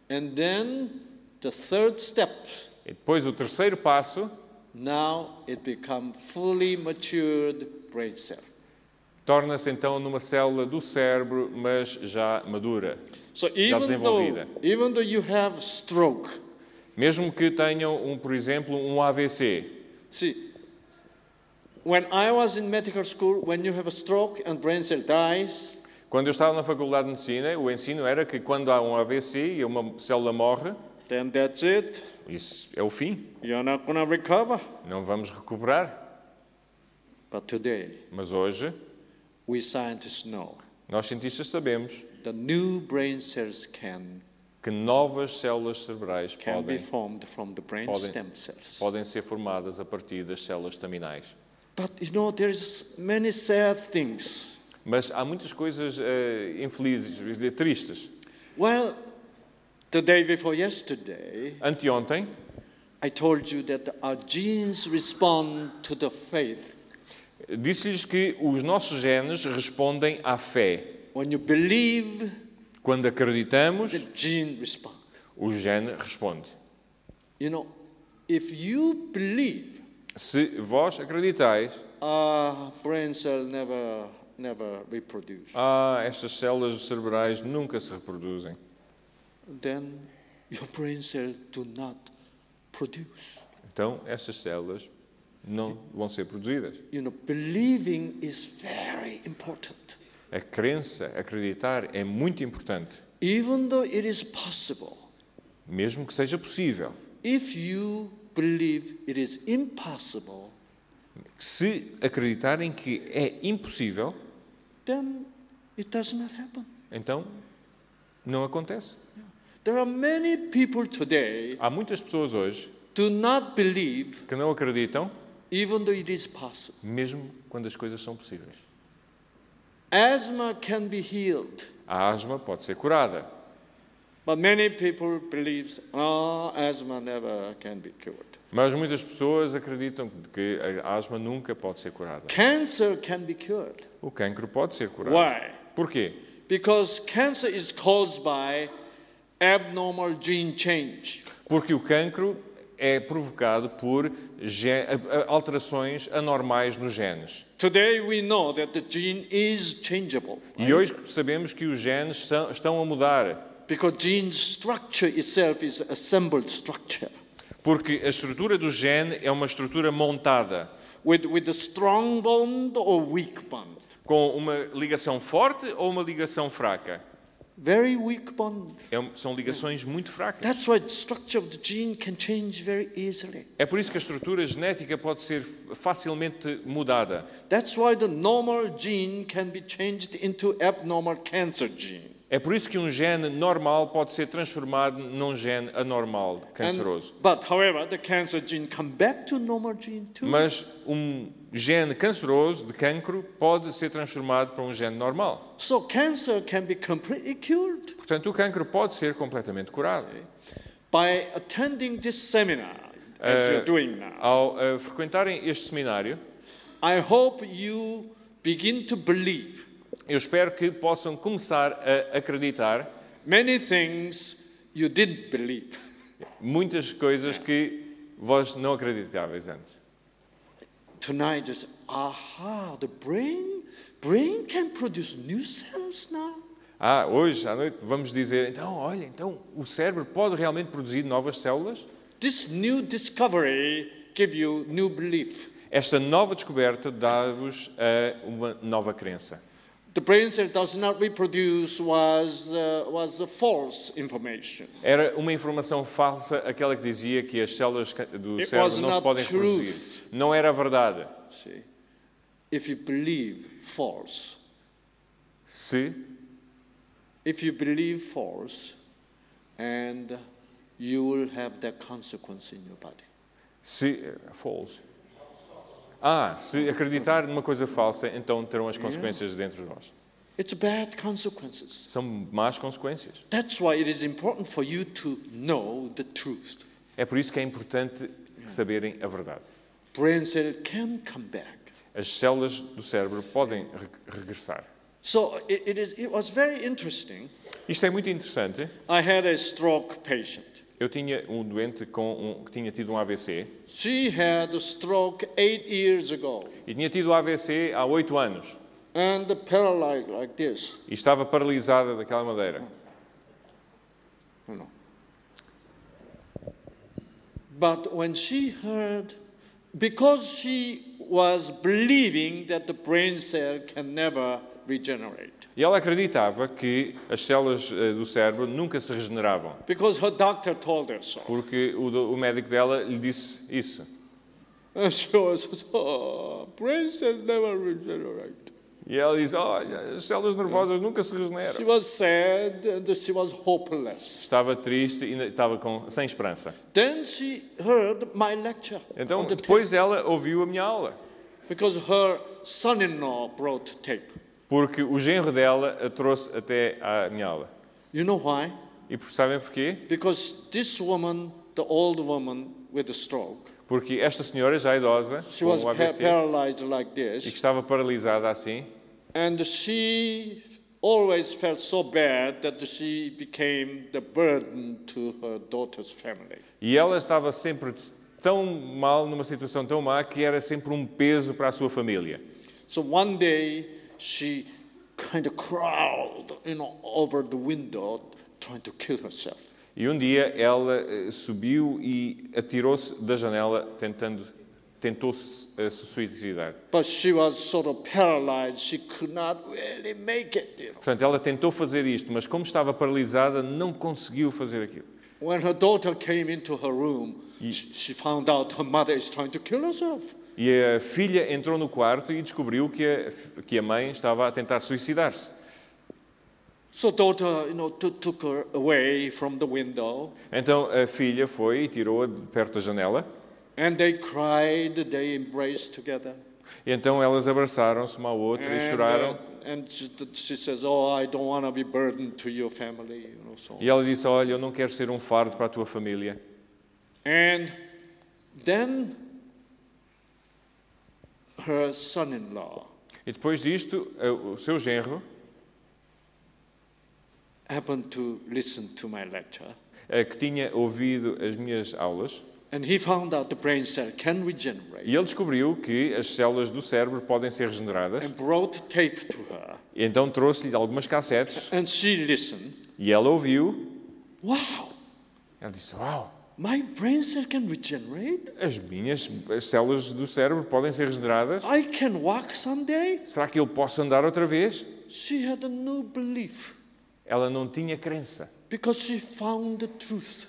Speaker 2: And then the third step,
Speaker 3: E depois o terceiro passo
Speaker 2: now it become fully matured brain cell.
Speaker 3: torna-se então numa célula do cérebro, mas já madura.
Speaker 2: So even though,
Speaker 3: desenvolvida.
Speaker 2: even though you have stroke,
Speaker 3: Mesmo que tenham, um, por exemplo, um AVC.
Speaker 2: See, when I was in medical school, when you have a stroke and brain cell dies,
Speaker 3: Quando eu estava na Faculdade de Medicina, o ensino era que quando há um AVC e uma célula morre,
Speaker 2: then that's it.
Speaker 3: isso é o fim,
Speaker 2: You're not going to recover.
Speaker 3: não vamos recuperar.
Speaker 2: But today,
Speaker 3: Mas hoje,
Speaker 2: we scientists know
Speaker 3: nós cientistas sabemos
Speaker 2: the new brain cells can,
Speaker 3: que novas células cerebrais
Speaker 2: can be
Speaker 3: podem,
Speaker 2: formed from the brain
Speaker 3: Podem.
Speaker 2: stem cells.
Speaker 3: podem ser formadas a partir das células estaminais.
Speaker 2: But you know, there's many sad things.
Speaker 3: Mas há muitas coisas eh, infelizes, eh, tristes.
Speaker 2: Well, the day before yesterday,
Speaker 3: Anteontem,
Speaker 2: I told you that our genes respond to the faith.
Speaker 3: disse-lhes que os nossos genes respondem à fé.
Speaker 2: When you believe,
Speaker 3: Quando acreditamos,
Speaker 2: the gene responds.
Speaker 3: o gene responde.
Speaker 2: You know, if you believe
Speaker 3: Se vós acreditais,
Speaker 2: uh, brain cell never never reproduce,
Speaker 3: ah, estas células cerebrais nunca se reproduzem.
Speaker 2: then your brain cell do not produce.
Speaker 3: Então, estas células não vão ser produzidas.
Speaker 2: You know, believing is very important.
Speaker 3: A crença, acreditar, é muito importante,
Speaker 2: Even though it is possible,
Speaker 3: mesmo que seja possível.
Speaker 2: if you believe it is impossible,
Speaker 3: Se acreditarem que é impossível,
Speaker 2: then it does not happen.
Speaker 3: então não acontece.
Speaker 2: There are many people today
Speaker 3: Há muitas pessoas hoje
Speaker 2: do not believe
Speaker 3: que não acreditam,
Speaker 2: even though it is possible.
Speaker 3: mesmo quando as coisas são possíveis.
Speaker 2: Asthma can be healed.
Speaker 3: A asma pode ser curada,
Speaker 2: But many people believe, oh, asthma never can be cured.
Speaker 3: mas muitas pessoas acreditam que a asma nunca pode ser curada.
Speaker 2: Cancer can be cured.
Speaker 3: O cancro pode ser curado.
Speaker 2: Why?
Speaker 3: Porquê?
Speaker 2: Because cancer is caused by abnormal gene change.
Speaker 3: Porque o cancro é provocado por ge- a- a- alterações anormais nos genes.
Speaker 2: Today we know that the gene is changeable
Speaker 3: E hoje sabemos que os genes são- estão a mudar,
Speaker 2: because gene structure itself is assembled structure
Speaker 3: porque a estrutura do gene é uma estrutura montada,
Speaker 2: with, with a strong bond or weak bond.
Speaker 3: com uma ligação forte ou uma ligação fraca.
Speaker 2: Very weak bond.
Speaker 3: É um- são ligações muito fracas.
Speaker 2: That's why the structure of the gene can change very easily.
Speaker 3: É por isso que a estrutura genética pode ser facilmente mudada.
Speaker 2: That's why the normal gene can be changed into abnormal cancer gene.
Speaker 3: É por isso que um gene normal pode ser transformado num gene anormal,
Speaker 2: And-
Speaker 3: canceroso.
Speaker 2: but however, the cancer gene come back to normal gene too.
Speaker 3: Mas um gene canceroso, de cancro, pode ser transformado para um gene normal.
Speaker 2: So cancer can be completely cured.
Speaker 3: Portanto, o cancro pode ser completamente curado.
Speaker 2: By attending this seminar, as
Speaker 3: Uh,
Speaker 2: you're doing now,
Speaker 3: Ao eh, frequentarem este seminário,
Speaker 2: I hope you begin to believe
Speaker 3: eu espero que possam começar a acreditar
Speaker 2: many things you didn't believe.
Speaker 3: muitas coisas que vós não acreditáveis antes.
Speaker 2: Tonight is, aha, the brain, brain can produce new cells now.
Speaker 3: Ah, hoje à noite vamos dizer, então, olha, então o cérebro pode realmente produzir novas células?
Speaker 2: This new discovery give you new belief.
Speaker 3: Esta nova descoberta dá-vos eh, uma nova crença.
Speaker 2: The brain cell does not reproduce was, uh, was the false information.
Speaker 3: Era uma informação falsa aquela que dizia que as células ca- do
Speaker 2: It was
Speaker 3: cérebro não se
Speaker 2: not
Speaker 3: podem
Speaker 2: truth.
Speaker 3: reproduzir. Não era a verdade.
Speaker 2: See, if you believe false,
Speaker 3: Se
Speaker 2: if you believe false, and you will have that consequence in your body.
Speaker 3: se false. Ah, se acreditar numa coisa falsa, então terão as consequências dentro de nós.
Speaker 2: It's bad consequences.
Speaker 3: São más consequências.
Speaker 2: That's why it is important for you to know the truth.
Speaker 3: É por isso que é importante saberem a verdade.
Speaker 2: Brain cell can come back.
Speaker 3: As células do cérebro podem re- regressar.
Speaker 2: So it, it, is, it was very interesting.
Speaker 3: Isto é muito interessante.
Speaker 2: I had a stroke patient.
Speaker 3: Eu tinha um doente com um- que tinha tido um AVC
Speaker 2: She had a stroke eight years ago
Speaker 3: e tinha tido AVC há oito anos
Speaker 2: and paralyzed like this.
Speaker 3: e estava paralisada daquela madeira.
Speaker 2: you know. But when she heard, because she was believing that the brain cell can never regenerate,
Speaker 3: E ela acreditava que as células eh, do cérebro nunca se regeneravam,
Speaker 2: because her doctor told her so.
Speaker 3: porque o, do- o médico dela lhe disse isso.
Speaker 2: And she was, oh, brain cells never regenerate.
Speaker 3: E ela diz: Olha, as células nervosas nunca se
Speaker 2: She
Speaker 3: regeneram.
Speaker 2: was sad and she was hopeless.
Speaker 3: Estava triste e ainda estava com, sem esperança.
Speaker 2: Then she heard my lecture
Speaker 3: Então,
Speaker 2: on the
Speaker 3: depois ela ouviu a minha aula,
Speaker 2: tape, because her son-in-law brought tape.
Speaker 3: porque o genro dela a trouxe até à minha aula.
Speaker 2: You know why?
Speaker 3: E por- sabem porquê?
Speaker 2: Because this woman, the old woman with the stroke,
Speaker 3: Porque esta senhora, já idosa,
Speaker 2: she
Speaker 3: com
Speaker 2: was
Speaker 3: o
Speaker 2: pa-
Speaker 3: AVC,
Speaker 2: paralyzed like
Speaker 3: e que
Speaker 2: this,
Speaker 3: estava paralisada assim,
Speaker 2: and she always felt so bad that she became the burden to her daughter's family.
Speaker 3: e ela estava sempre tão mal, numa situação tão má, que era sempre um peso para a sua família.
Speaker 2: So one day she kind of crawled, you know, over the window trying to kill herself.
Speaker 3: E um dia ela eh, subiu e atirou-se da janela tentando tentou-se eh, se suicidar.
Speaker 2: But she was sort of paralyzed. She could not really make it. You know.
Speaker 3: Portanto, ela tentou fazer isto, mas como estava paralisada, não conseguiu fazer aquilo.
Speaker 2: When her daughter came into her room, she, she found out her mother is trying to kill herself.
Speaker 3: E a filha entrou no quarto e descobriu que a, que a mãe estava a tentar suicidar-se.
Speaker 2: So daughter, you know, took took her away from the window,
Speaker 3: Então a filha foi e tirou-a de perto da janela.
Speaker 2: and they cried, they embraced together.
Speaker 3: E então elas abraçaram-se uma à outra e
Speaker 2: And,
Speaker 3: choraram.
Speaker 2: uh, and she, she says, "Oh, I don't want to be burden to your family," you know. So,
Speaker 3: E ela disse: Olha, eu não quero ser um fardo para a tua família.
Speaker 2: and then her son-in-law
Speaker 3: E depois disto, eh, o seu genro
Speaker 2: happened to listen to my lecture,
Speaker 3: eh, que tinha ouvido as minhas aulas
Speaker 2: And he found out the brain cell can regenerate
Speaker 3: E ele descobriu que as células do cérebro podem ser regeneradas.
Speaker 2: and brought tape to her.
Speaker 3: E Então trouxe-lhe algumas cassetes
Speaker 2: And she listened.
Speaker 3: e ela ouviu.
Speaker 2: Wow,
Speaker 3: Ela disse: Uau,
Speaker 2: my brain cell can regenerate?
Speaker 3: as minhas as células do cérebro podem ser regeneradas.
Speaker 2: I can walk someday?
Speaker 3: Será que eu posso andar outra vez?
Speaker 2: She had a new belief
Speaker 3: Ela não tinha crença.
Speaker 2: because she found the truth.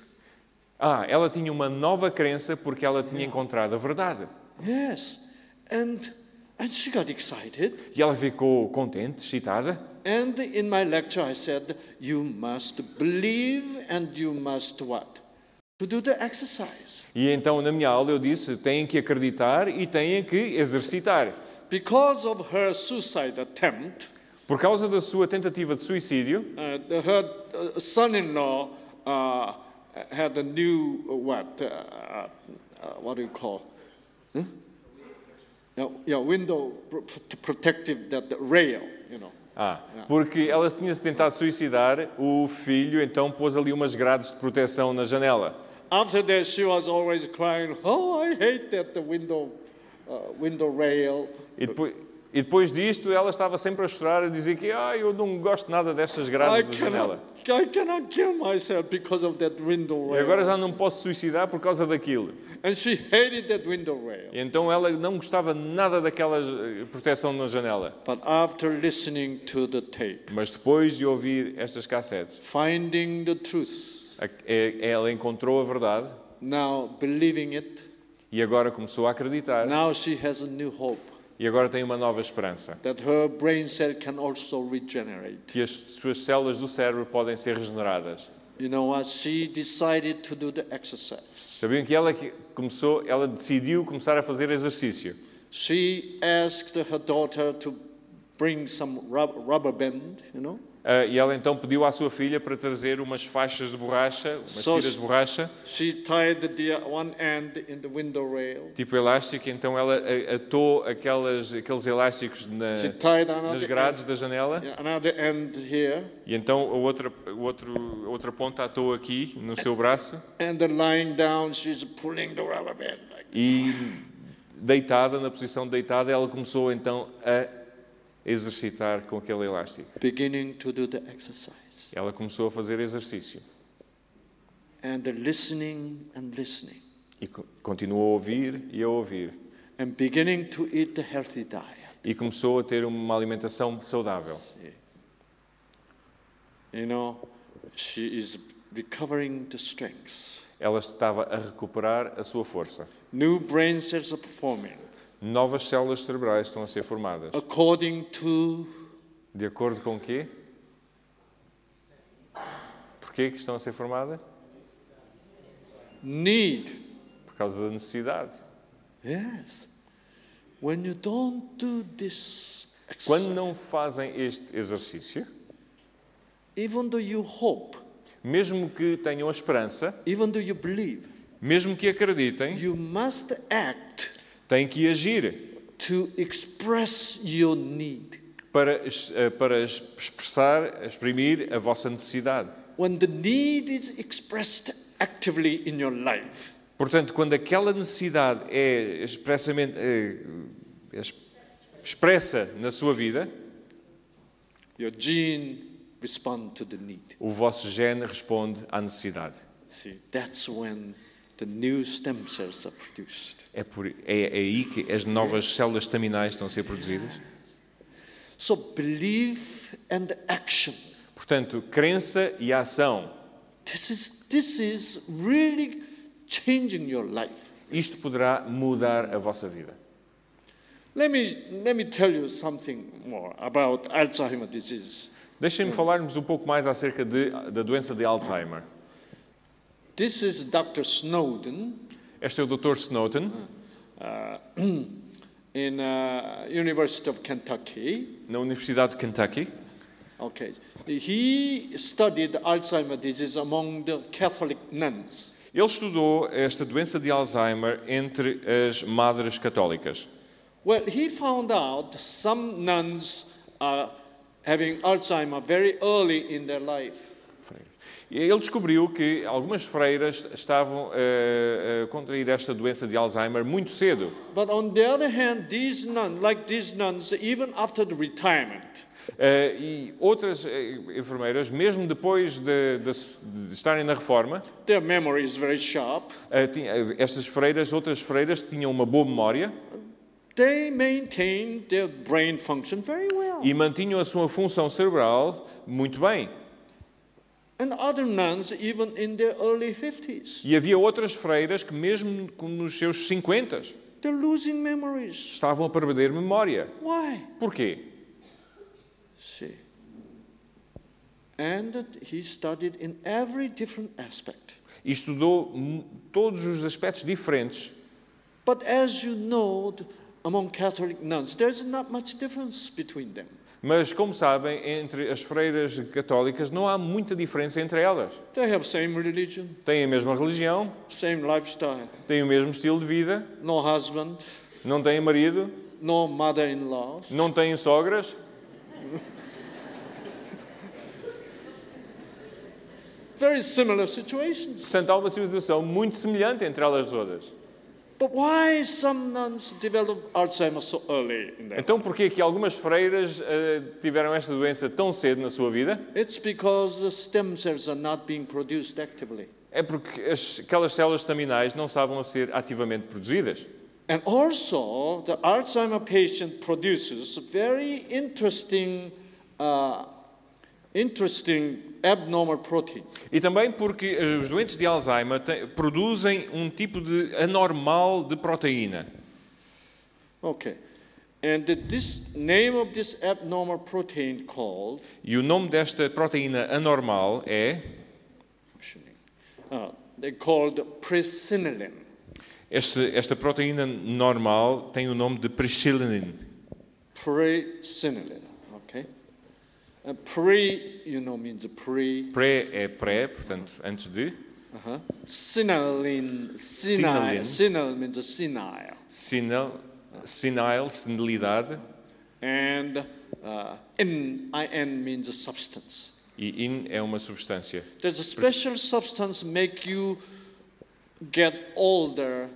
Speaker 3: Ah, ela tinha uma nova crença porque ela tinha encontrado a verdade.
Speaker 2: Yes. And and she got excited.
Speaker 3: E ela ficou contente, excitada.
Speaker 2: And in my lecture, I said, you must believe and you must what? To do the exercise.
Speaker 3: E então, na minha aula, eu disse: têm que acreditar e têm que exercitar.
Speaker 2: Because of her suicide attempt,
Speaker 3: Por causa da sua tentativa de suicídio,
Speaker 2: uh, the- her uh, son-in-law uh, had a new, uh, what, uh, uh, what do you call? Huh? Yeah, yeah, window pr- pr- protective, that the rail, you know.
Speaker 3: ah, porque ela tinha-se tentado suicidar, o filho então pôs ali umas grades de proteção na janela.
Speaker 2: After that, she was always crying, oh, I hate that the window, uh, window rail.
Speaker 3: E depois, e depois disto, ela estava sempre a chorar, a dizer que ah, eu não gosto nada dessas
Speaker 2: I
Speaker 3: grades da
Speaker 2: cannot,
Speaker 3: janela.
Speaker 2: I cannot kill myself because of that window
Speaker 3: E
Speaker 2: rail.
Speaker 3: agora já não posso suicidar por causa daquilo.
Speaker 2: And she hated that window rail.
Speaker 3: E então ela não gostava nada daquela eh, proteção na janela.
Speaker 2: But after listening to the tape,
Speaker 3: Mas depois de ouvir estas cassetes,
Speaker 2: finding the truth,
Speaker 3: a- eh, ela encontrou a verdade
Speaker 2: now believing it,
Speaker 3: e agora começou a acreditar.
Speaker 2: now she has a new hope
Speaker 3: E agora tem uma nova esperança.
Speaker 2: that her brain cell can also regenerate.
Speaker 3: que as suas células do cérebro podem ser regeneradas.
Speaker 2: You know what? She decided to do the exercise.
Speaker 3: Sabiam que ela que começou, ela decidiu começar a fazer exercício.
Speaker 2: She asked her daughter to bring some rub- rubber band, you know.
Speaker 3: Ah, e ela então pediu à sua filha para trazer umas faixas de borracha, umas
Speaker 2: Só
Speaker 3: tiras
Speaker 2: se-
Speaker 3: de borracha,
Speaker 2: She tied the uh, one end in the window rail.
Speaker 3: tipo elástico, e então ela a- atou aquelas, aqueles elásticos na-
Speaker 2: She tied another
Speaker 3: nas grades da janela,
Speaker 2: Yeah, another end here,
Speaker 3: e então a outra, a outro, a outra ponta atou aqui no seu braço,
Speaker 2: and then lying down, she's pulling the rubber band. Like,
Speaker 3: e deitada, na posição deitada, ela começou então a exercitar com aquele elástico.
Speaker 2: beginning to do the exercise,
Speaker 3: Ela começou a fazer exercício
Speaker 2: and the listening and listening,
Speaker 3: e co- continuou a ouvir e a ouvir
Speaker 2: and beginning to eat the healthy diet.
Speaker 3: e começou a ter uma alimentação saudável.
Speaker 2: You know, she is recovering the strengths.
Speaker 3: Ela estava a recuperar a sua força.
Speaker 2: New brain cells are forming
Speaker 3: Novas células cerebrais estão a ser formadas.
Speaker 2: according to
Speaker 3: De acordo com o quê? Porquê que estão a ser formadas?
Speaker 2: need.
Speaker 3: Por causa da necessidade.
Speaker 2: Yes. When you don't do this exercise,
Speaker 3: Quando não fazem este exercício,
Speaker 2: even though you hope,
Speaker 3: mesmo que tenham a esperança,
Speaker 2: even though you believe,
Speaker 3: mesmo que acreditem,
Speaker 2: You must act
Speaker 3: têm que agir
Speaker 2: to express your need.
Speaker 3: para, es- eh, para es- expressar, exprimir a vossa necessidade.
Speaker 2: When the need is expressed actively in your life,
Speaker 3: Portanto, quando aquela necessidade é expressamente eh, es- expressa na sua vida,
Speaker 2: your gene respond to the need.
Speaker 3: o vosso gene responde à necessidade.
Speaker 2: See, that's when the new stem cells are produced.
Speaker 3: É, por- é- é aí que as novas células staminais estão a ser produzidas.
Speaker 2: So belief and action.
Speaker 3: Portanto, crença e ação.
Speaker 2: This is this is really changing your life.
Speaker 3: Isto poderá mudar a vossa vida.
Speaker 2: Let me let me tell you something more about Alzheimer's disease.
Speaker 3: Deixem-me falarmos um pouco mais acerca de- da doença de Alzheimer.
Speaker 2: This is Dr. Snowden.
Speaker 3: Este é o Dr. Snowden,
Speaker 2: uh, in uh, University of Kentucky.
Speaker 3: na Universidade de Kentucky.
Speaker 2: Okay, he studied Alzheimer's disease among the Catholic nuns.
Speaker 3: Ele estudou esta doença de Alzheimer entre as madres católicas.
Speaker 2: Well, he found out some nuns are having Alzheimer very early in their life.
Speaker 3: E Ele descobriu que algumas freiras estavam eh, a contrair esta doença de Alzheimer muito cedo.
Speaker 2: But on the other hand, these nuns, like these nuns, even after the retirement,
Speaker 3: Eh, e outras eh, enfermeiras, mesmo depois de, de se- de estarem na reforma,
Speaker 2: their memory is very sharp.
Speaker 3: eh, tinha- eh, estas freiras, outras freiras, tinham uma boa memória
Speaker 2: They maintain their brain function very well.
Speaker 3: e mantinham a sua função cerebral muito bem.
Speaker 2: And other nuns, even in their early 50s,
Speaker 3: E havia outras freiras que, mesmo com- nos seus 50,
Speaker 2: they're losing memories.
Speaker 3: estavam a perder memória.
Speaker 2: Why?
Speaker 3: Porquê?
Speaker 2: See. And he studied in every different aspect.
Speaker 3: E estudou mu- todos os aspectos diferentes.
Speaker 2: But as you know, th- among Catholic nuns, there's not much difference between them.
Speaker 3: Mas, como sabem, entre as freiras católicas não há muita diferença entre elas.
Speaker 2: They have same religion,
Speaker 3: Têm a mesma religião,
Speaker 2: same lifestyle,
Speaker 3: têm o mesmo estilo de vida,
Speaker 2: no husband,
Speaker 3: não têm marido,
Speaker 2: no mother-in-laws.
Speaker 3: não têm sogras.
Speaker 2: Very similar situations.
Speaker 3: Portanto, há uma situação muito semelhante entre elas todas.
Speaker 2: But why some nuns develop Alzheimer's so early in their
Speaker 3: Então, porquê que algumas freiras eh, tiveram esta doença tão cedo na sua vida?
Speaker 2: It's because the stem cells are not being produced actively.
Speaker 3: É porque as- aquelas células staminais não estavam a ser ativamente produzidas.
Speaker 2: And also, the Alzheimer patient produces very interesting, uh, interesting abnormal protein.
Speaker 3: E também porque eh, os doentes de Alzheimer te- produzem um tipo de anormal de proteína.
Speaker 2: Okay. And the, this name of this abnormal protein called
Speaker 3: E o nome desta proteína anormal é.
Speaker 2: uh, they called presenilin.
Speaker 3: este- esta proteína normal tem o nome de presenilin.
Speaker 2: Presenilin. Okay. Uh, pre, you know, means pre.
Speaker 3: Pré é pré, portanto, antes de.
Speaker 2: Uh-huh. Sinalin. Sinai.
Speaker 3: Sinalin.
Speaker 2: Sinal means a senile.
Speaker 3: Sinal, sinal, senilidade.
Speaker 2: And uh, in, IN means a substance.
Speaker 3: E in é uma substância.
Speaker 2: There's a special substance make you get older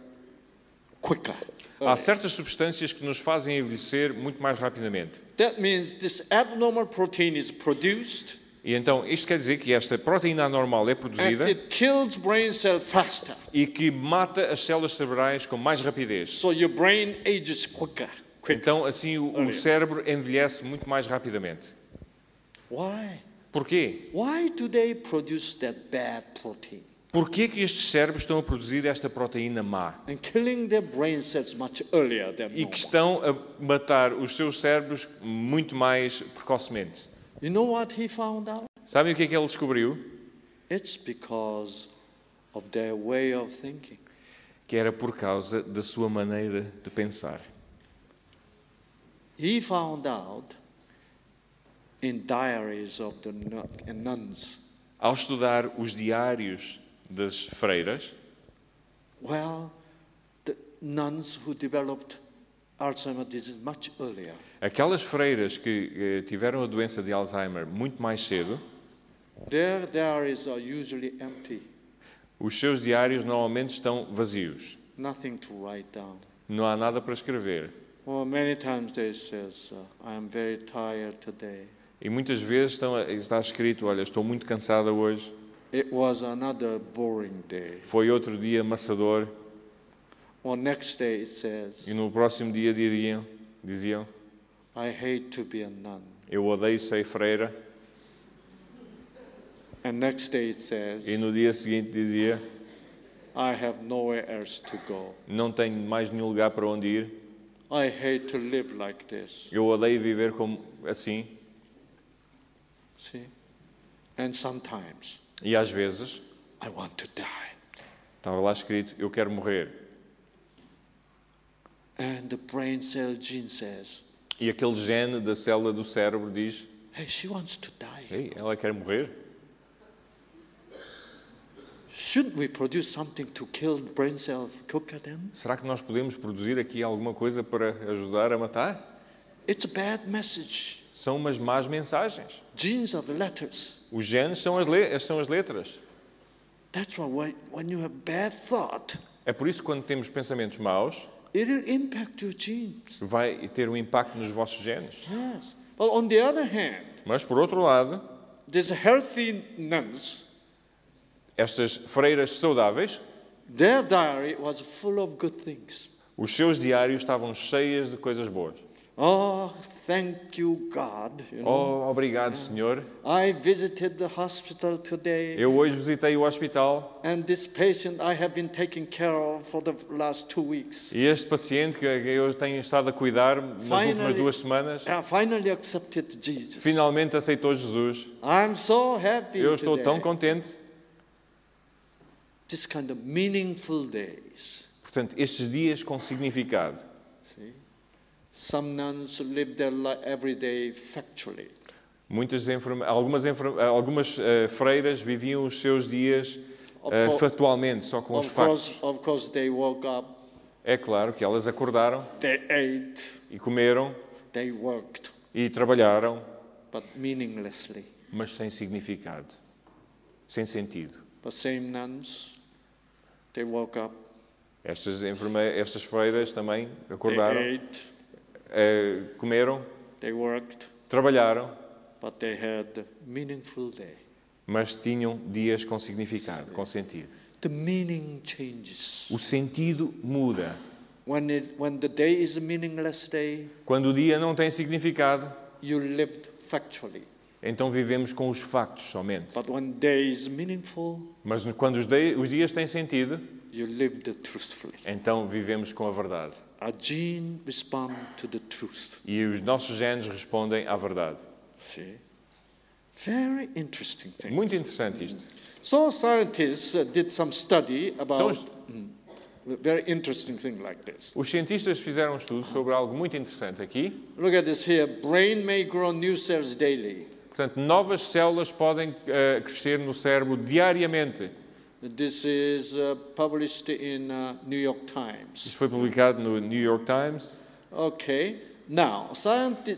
Speaker 2: quicker.
Speaker 3: Há certas substâncias que nos fazem envelhecer muito mais rapidamente.
Speaker 2: That means this abnormal protein is produced
Speaker 3: E então, isto quer dizer que esta proteína anormal é
Speaker 2: and
Speaker 3: produzida
Speaker 2: it kills brain cell faster.
Speaker 3: e que mata as células cerebrais com mais rapidez.
Speaker 2: So your brain ages quicker. quicker.
Speaker 3: Então, assim, o, o cérebro envelhece muito mais rapidamente.
Speaker 2: Why?
Speaker 3: Porquê?
Speaker 2: Why do they produce that bad protein
Speaker 3: Porquê que estes cérebros estão a produzir esta proteína má?
Speaker 2: and killing their brain cells much earlier than
Speaker 3: E que
Speaker 2: normal?
Speaker 3: estão a matar os seus cérebros muito mais precocemente.
Speaker 2: You know what he found out?
Speaker 3: Sabem o que é que ele descobriu?
Speaker 2: It's because of their way of thinking.
Speaker 3: Que era por causa da sua maneira de pensar.
Speaker 2: He found out in diaries of the nun- and nuns.
Speaker 3: Ao estudar os diários das freiras,
Speaker 2: Well, the nuns who developed Alzheimer's disease much earlier,
Speaker 3: Aquelas freiras que eh, tiveram a doença de Alzheimer muito mais cedo,
Speaker 2: their diaries are usually empty,
Speaker 3: os seus diários normalmente estão vazios.
Speaker 2: nothing to write down.
Speaker 3: Não há nada para escrever.
Speaker 2: Or many times they says, uh, "I am very tired today."
Speaker 3: E muitas vezes estão a- está escrito: Olha, estou muito cansada hoje,
Speaker 2: It was another boring day.
Speaker 3: foi outro dia amassador.
Speaker 2: Or next day it says,
Speaker 3: E no próximo dia diriam, diziam:
Speaker 2: "I hate to be a nun."
Speaker 3: Eu odeio ser freira.
Speaker 2: And next day it says,
Speaker 3: E no dia seguinte dizia:
Speaker 2: "I have nowhere else to go."
Speaker 3: Não tenho mais nenhum lugar para onde ir.
Speaker 2: I hate to live like this.
Speaker 3: Eu odeio viver como assim.
Speaker 2: See? And sometimes
Speaker 3: E às vezes,
Speaker 2: I want to die.
Speaker 3: estava lá escrito: Eu quero morrer.
Speaker 2: And the brain cell gene says,
Speaker 3: E aquele gene da célula do cérebro diz:
Speaker 2: hey, she wants to die.
Speaker 3: Ei, ela quer morrer?
Speaker 2: Shouldn't we produce something to kill the brain cell quicker then?
Speaker 3: Será que nós podemos produzir aqui alguma coisa para ajudar a matar?
Speaker 2: It's a bad message.
Speaker 3: são umas más mensagens.
Speaker 2: Genes are the letters.
Speaker 3: Os genes são as, le- são as letras.
Speaker 2: That's why when, when you have bad thought,
Speaker 3: É por isso que quando temos pensamentos maus,
Speaker 2: it'll impact your genes.
Speaker 3: vai ter um impacto nos vossos genes.
Speaker 2: Yes. But on the other hand,
Speaker 3: Mas, por outro lado,
Speaker 2: these healthy nuns,
Speaker 3: estas freiras saudáveis,
Speaker 2: their diary was full of good things.
Speaker 3: os seus diários estavam cheias de coisas boas.
Speaker 2: Oh, thank you, God. You know,
Speaker 3: Oh, obrigado, Senhor.
Speaker 2: I visited the hospital today,
Speaker 3: Eu hoje visitei o hospital
Speaker 2: and this patient I have been taking care of for the last two weeks.
Speaker 3: e este paciente que eu tenho estado a cuidar nas últimas
Speaker 2: Finally.
Speaker 3: duas semanas
Speaker 2: I finally accepted Jesus.
Speaker 3: finalmente aceitou Jesus.
Speaker 2: I'm so happy.
Speaker 3: Eu estou
Speaker 2: today.
Speaker 3: tão contente.
Speaker 2: This kind of meaningful days.
Speaker 3: Portanto, estes dias com significado.
Speaker 2: See? Some nuns live their life every day factually.
Speaker 3: Muitas enferma- algumas enferma- algumas eh, freiras viviam os seus dias
Speaker 2: Of
Speaker 3: eh,
Speaker 2: course-
Speaker 3: fatualmente, só com os
Speaker 2: Of
Speaker 3: factos.
Speaker 2: course, of course, they woke up,
Speaker 3: É claro que elas acordaram
Speaker 2: they ate,
Speaker 3: e comeram
Speaker 2: they worked,
Speaker 3: e trabalharam,
Speaker 2: but meaninglessly.
Speaker 3: mas sem significado, sem sentido.
Speaker 2: But same nuns, they woke up,
Speaker 3: Estas, enferme- estas freiras também
Speaker 2: they
Speaker 3: acordaram,
Speaker 2: ate,
Speaker 3: eh, comeram,
Speaker 2: they worked,
Speaker 3: trabalharam,
Speaker 2: but they had meaningful day.
Speaker 3: mas tinham dias com significado, com sentido.
Speaker 2: The meaning changes.
Speaker 3: O sentido muda.
Speaker 2: When, it, when the day is a meaningless day,
Speaker 3: Quando o dia não tem significado,
Speaker 2: you lived factually.
Speaker 3: então vivemos com os factos somente.
Speaker 2: But when day is meaningful,
Speaker 3: Mas quando os, dei- os dias têm sentido,
Speaker 2: you lived truthfully.
Speaker 3: então vivemos com a verdade.
Speaker 2: Our gene respond to the truth.
Speaker 3: E os nossos genes respondem à verdade.
Speaker 2: See? Very interesting thing.
Speaker 3: Muito interessante isto.
Speaker 2: So scientists uh, did some study
Speaker 3: Então,
Speaker 2: about
Speaker 3: os-
Speaker 2: a very interesting thing like this.
Speaker 3: os cientistas fizeram um estudo sobre algo muito interessante aqui.
Speaker 2: Look at this here. Brain may grow new cells daily.
Speaker 3: Portanto, novas células podem eh, crescer no cérebro diariamente.
Speaker 2: This is uh, published in uh, New York Times.
Speaker 3: Isto foi publicado no New York Times.
Speaker 2: Okay. Now, scienti-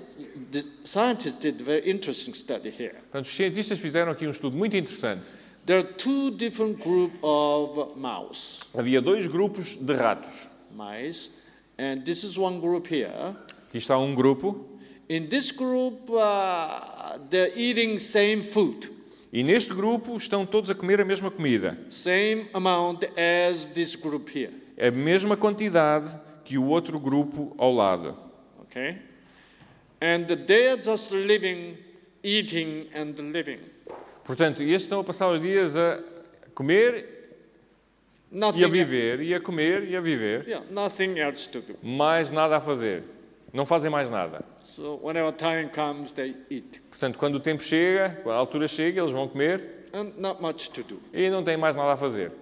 Speaker 2: the scientists did a very interesting study here.
Speaker 3: Portanto, os cientistas fizeram aqui um estudo muito interessante.
Speaker 2: There are two different group of mouse,
Speaker 3: Havia dois grupos de ratos.
Speaker 2: mice, and this is one group here.
Speaker 3: Aqui está um grupo,
Speaker 2: In this group, uh, they're eating same food,
Speaker 3: e neste grupo estão todos a comer a mesma comida.
Speaker 2: same amount as this group here.
Speaker 3: a mesma quantidade que o outro grupo ao lado.
Speaker 2: Okay, and they're just living, eating and living.
Speaker 3: Portanto, estes estão a passar os dias a comer e a
Speaker 2: Nothing.
Speaker 3: viver, e a comer e a viver,
Speaker 2: yeah, nothing else to do.
Speaker 3: mais nada a fazer. Não fazem mais nada.
Speaker 2: So whenever time comes, they eat,
Speaker 3: Portanto, quando o tempo chega, quando a altura chega, eles vão comer
Speaker 2: and not much to do.
Speaker 3: e não têm mais nada a fazer.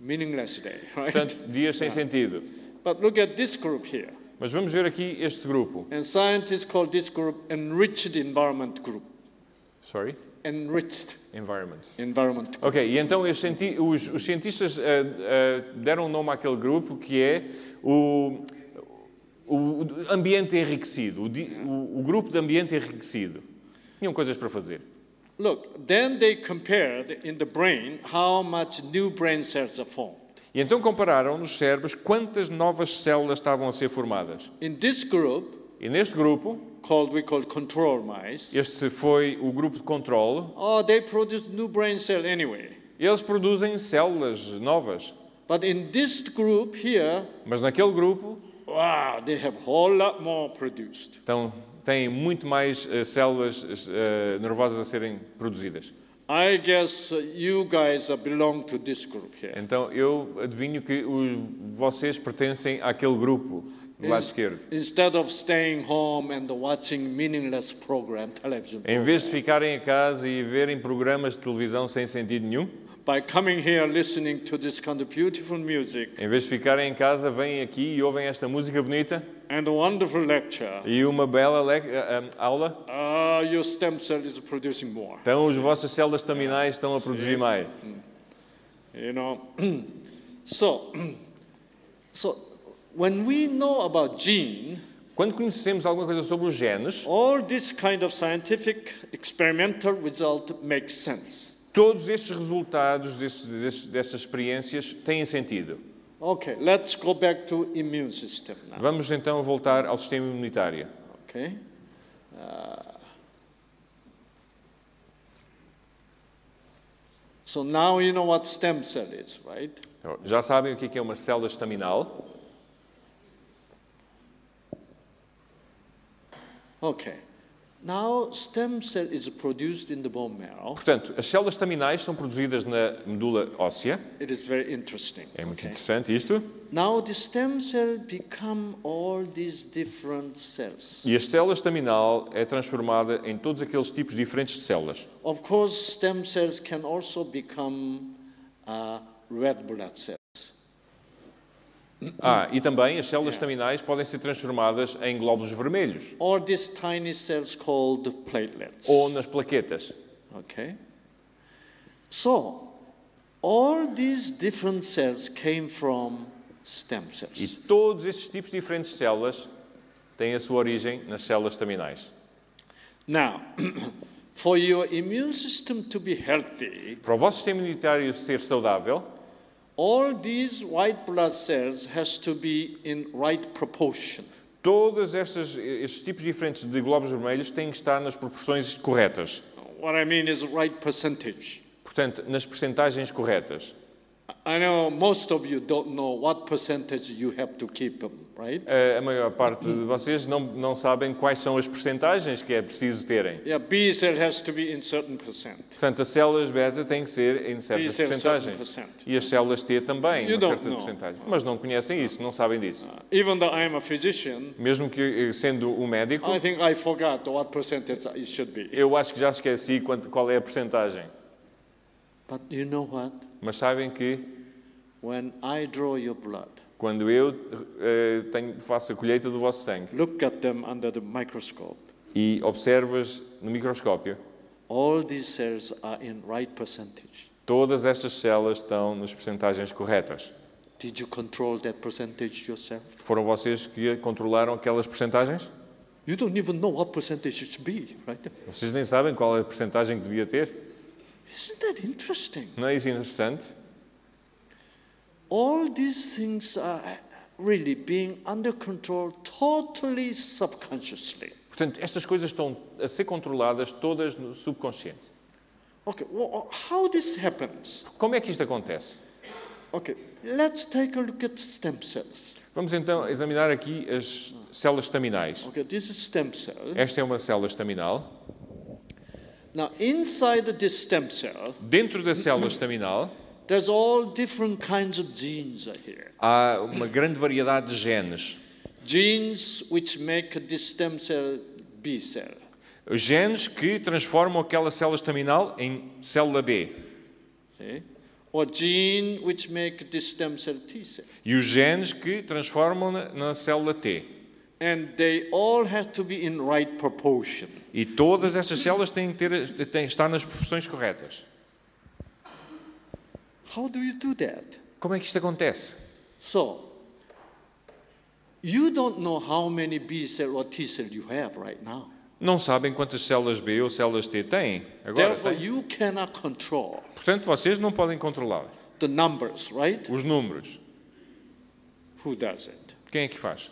Speaker 2: Meaningless day, right?
Speaker 3: Portanto, dias sem sentido.
Speaker 2: But look at this group here.
Speaker 3: Mas vamos ver aqui este grupo.
Speaker 2: And scientists call this group enriched environment group.
Speaker 3: Sorry?
Speaker 2: Enriched
Speaker 3: Environment.
Speaker 2: environment.
Speaker 3: Ok, e então estes cienti- os, os cientistas eh, eh, deram um nome àquele grupo que é o, o ambiente enriquecido, o, di- o- o grupo de ambiente enriquecido. Tinham coisas para fazer.
Speaker 2: Look, then they compared in the brain how much new brain cells are formed.
Speaker 3: E então compararam nos cérebros quantas novas células estavam a ser formadas.
Speaker 2: In this group,
Speaker 3: E neste grupo,
Speaker 2: called we call control mice,
Speaker 3: este foi o grupo de controle,
Speaker 2: oh, they produce new brain cell anyway.
Speaker 3: eles produzem células novas.
Speaker 2: But in this group here,
Speaker 3: Mas naquele grupo,
Speaker 2: wow, they have whole lot more produced.
Speaker 3: então, têm muito mais eh, células eh, nervosas a serem produzidas.
Speaker 2: I guess uh, you guys uh, belong to this group here.
Speaker 3: Então eu adivinho que o- vocês pertencem àquele grupo do lado
Speaker 2: Ins-
Speaker 3: esquerdo.
Speaker 2: Instead of staying home and watching meaningless program, television,
Speaker 3: Em vez de ficarem em casa e verem programas de televisão sem sentido nenhum,
Speaker 2: by coming here listening to this kind of beautiful music
Speaker 3: em vez de ficarem em casa, vêm aqui e ouvem esta música bonita
Speaker 2: and a wonderful lecture,
Speaker 3: e uma bela le- ah, ah, aula.
Speaker 2: uh, your stem cell is producing more.
Speaker 3: Então as vossas células terminais estão a produzir mais.
Speaker 2: You know, so, so when we know about gene,
Speaker 3: Quando conhecemos alguma coisa sobre os genes,
Speaker 2: All this kind of scientific experimental result makes sense.
Speaker 3: todos estes resultados destes, destes- destas experiências têm sentido.
Speaker 2: Okay, let's go back to immune system now.
Speaker 3: Vamos então voltar ao sistema imunitário.
Speaker 2: Okay. Uh, so now you know what stem cell is, right?
Speaker 3: Então, Já sabem o que é que é uma célula estaminal?
Speaker 2: Okay. Now stem cell is produced in the bone marrow.
Speaker 3: Portanto, as células estaminais são produzidas na medula óssea.
Speaker 2: It is very interesting.
Speaker 3: É muito
Speaker 2: okay.
Speaker 3: interessante isto.
Speaker 2: Now the stem cell become all these different cells.
Speaker 3: E a célula estaminal é transformada em todos aqueles tipos diferentes de células.
Speaker 2: Of course, stem cells can also become uh, red blood cells.
Speaker 3: Ah, e também as células estaminais podem ser transformadas em glóbulos vermelhos
Speaker 2: Or these tiny cells called platelets.
Speaker 3: ou nas plaquetas.
Speaker 2: Okay? So, all these different cells came from stem
Speaker 3: E
Speaker 2: cells.
Speaker 3: todos estes tipos diferentes de células têm a sua origem nas células estaminais.
Speaker 2: Now, for your immune system to be healthy,
Speaker 3: Para o vosso sistema imunitário ser saudável,
Speaker 2: all these white blood cells has to be in right proportion.
Speaker 3: todos estes, estes tipos diferentes de glóbulos vermelhos têm que estar nas proporções corretas.
Speaker 2: What I mean is right percentage.
Speaker 3: Portanto, nas percentagens corretas.
Speaker 2: I know most of you don't know what percentage you have to keep them, right?
Speaker 3: A, a maior parte de vocês não, não sabem quais são as percentagens que é preciso terem.
Speaker 2: Yeah, B cell has to be in certain percent.
Speaker 3: Portanto, as células beta têm que ser em certas
Speaker 2: These are certain
Speaker 3: percentagens.
Speaker 2: percent.
Speaker 3: E as células T também,
Speaker 2: You
Speaker 3: em
Speaker 2: don't
Speaker 3: certa
Speaker 2: know.
Speaker 3: percentagem. Mas não Ah. conhecem isso, não sabem disso.
Speaker 2: Even though I am a physician,
Speaker 3: Mesmo que eh, sendo um médico,
Speaker 2: I think I forgot what percentage it should be.
Speaker 3: eu acho que já esqueci quanto, qual é a percentagem.
Speaker 2: But you know what?
Speaker 3: Mas sabem que
Speaker 2: When I draw your blood,
Speaker 3: quando eu eh, tenho, faço a colheita do vosso sangue
Speaker 2: look at them under the microscope.
Speaker 3: e observas no microscópio,
Speaker 2: All these cells are in right percentage.
Speaker 3: todas estas células estão nas percentagens corretas.
Speaker 2: Did you control that percentage yourself?
Speaker 3: Foram vocês que controlaram aquelas percentagens?
Speaker 2: You don't even know what percentage it should be, right?
Speaker 3: Vocês nem sabem qual é a percentagem que devia ter?
Speaker 2: Isn't that interesting?
Speaker 3: Não é isso interessante?
Speaker 2: All these things are really being under control totally subconsciously.
Speaker 3: Portanto, estas coisas estão a ser controladas todas no subconsciente.
Speaker 2: Okay, well, how this happens?
Speaker 3: Como é que isto acontece?
Speaker 2: Okay, let's take a look at stem cells.
Speaker 3: Vamos então examinar aqui as células estaminais.
Speaker 2: Okay, this is stem cell.
Speaker 3: Esta é uma célula estaminal.
Speaker 2: Now, inside this stem cell,
Speaker 3: Dentro da célula estaminal
Speaker 2: there's all different kinds of genes are here.
Speaker 3: há uma grande variedade de genes.
Speaker 2: Genes which make this stem cell B cell.
Speaker 3: Genes que transformam aquela célula estaminal em célula B.
Speaker 2: See? Or gene which make this stem cell T cell.
Speaker 3: E os genes que transformam na, na célula T.
Speaker 2: And they all have to be in right proportion.
Speaker 3: E todas estas células têm que ter, têm, que estar nas proporções corretas.
Speaker 2: How do you do that?
Speaker 3: Como é que isto acontece?
Speaker 2: So, you don't know how many B cell or T cell you have right now.
Speaker 3: Não sabem quantas células B ou células T têm. Agora
Speaker 2: Therefore,
Speaker 3: têm.
Speaker 2: you cannot control
Speaker 3: Portanto, vocês não podem controlar
Speaker 2: the numbers, right?
Speaker 3: os números.
Speaker 2: Who does it?
Speaker 3: Quem é que faz?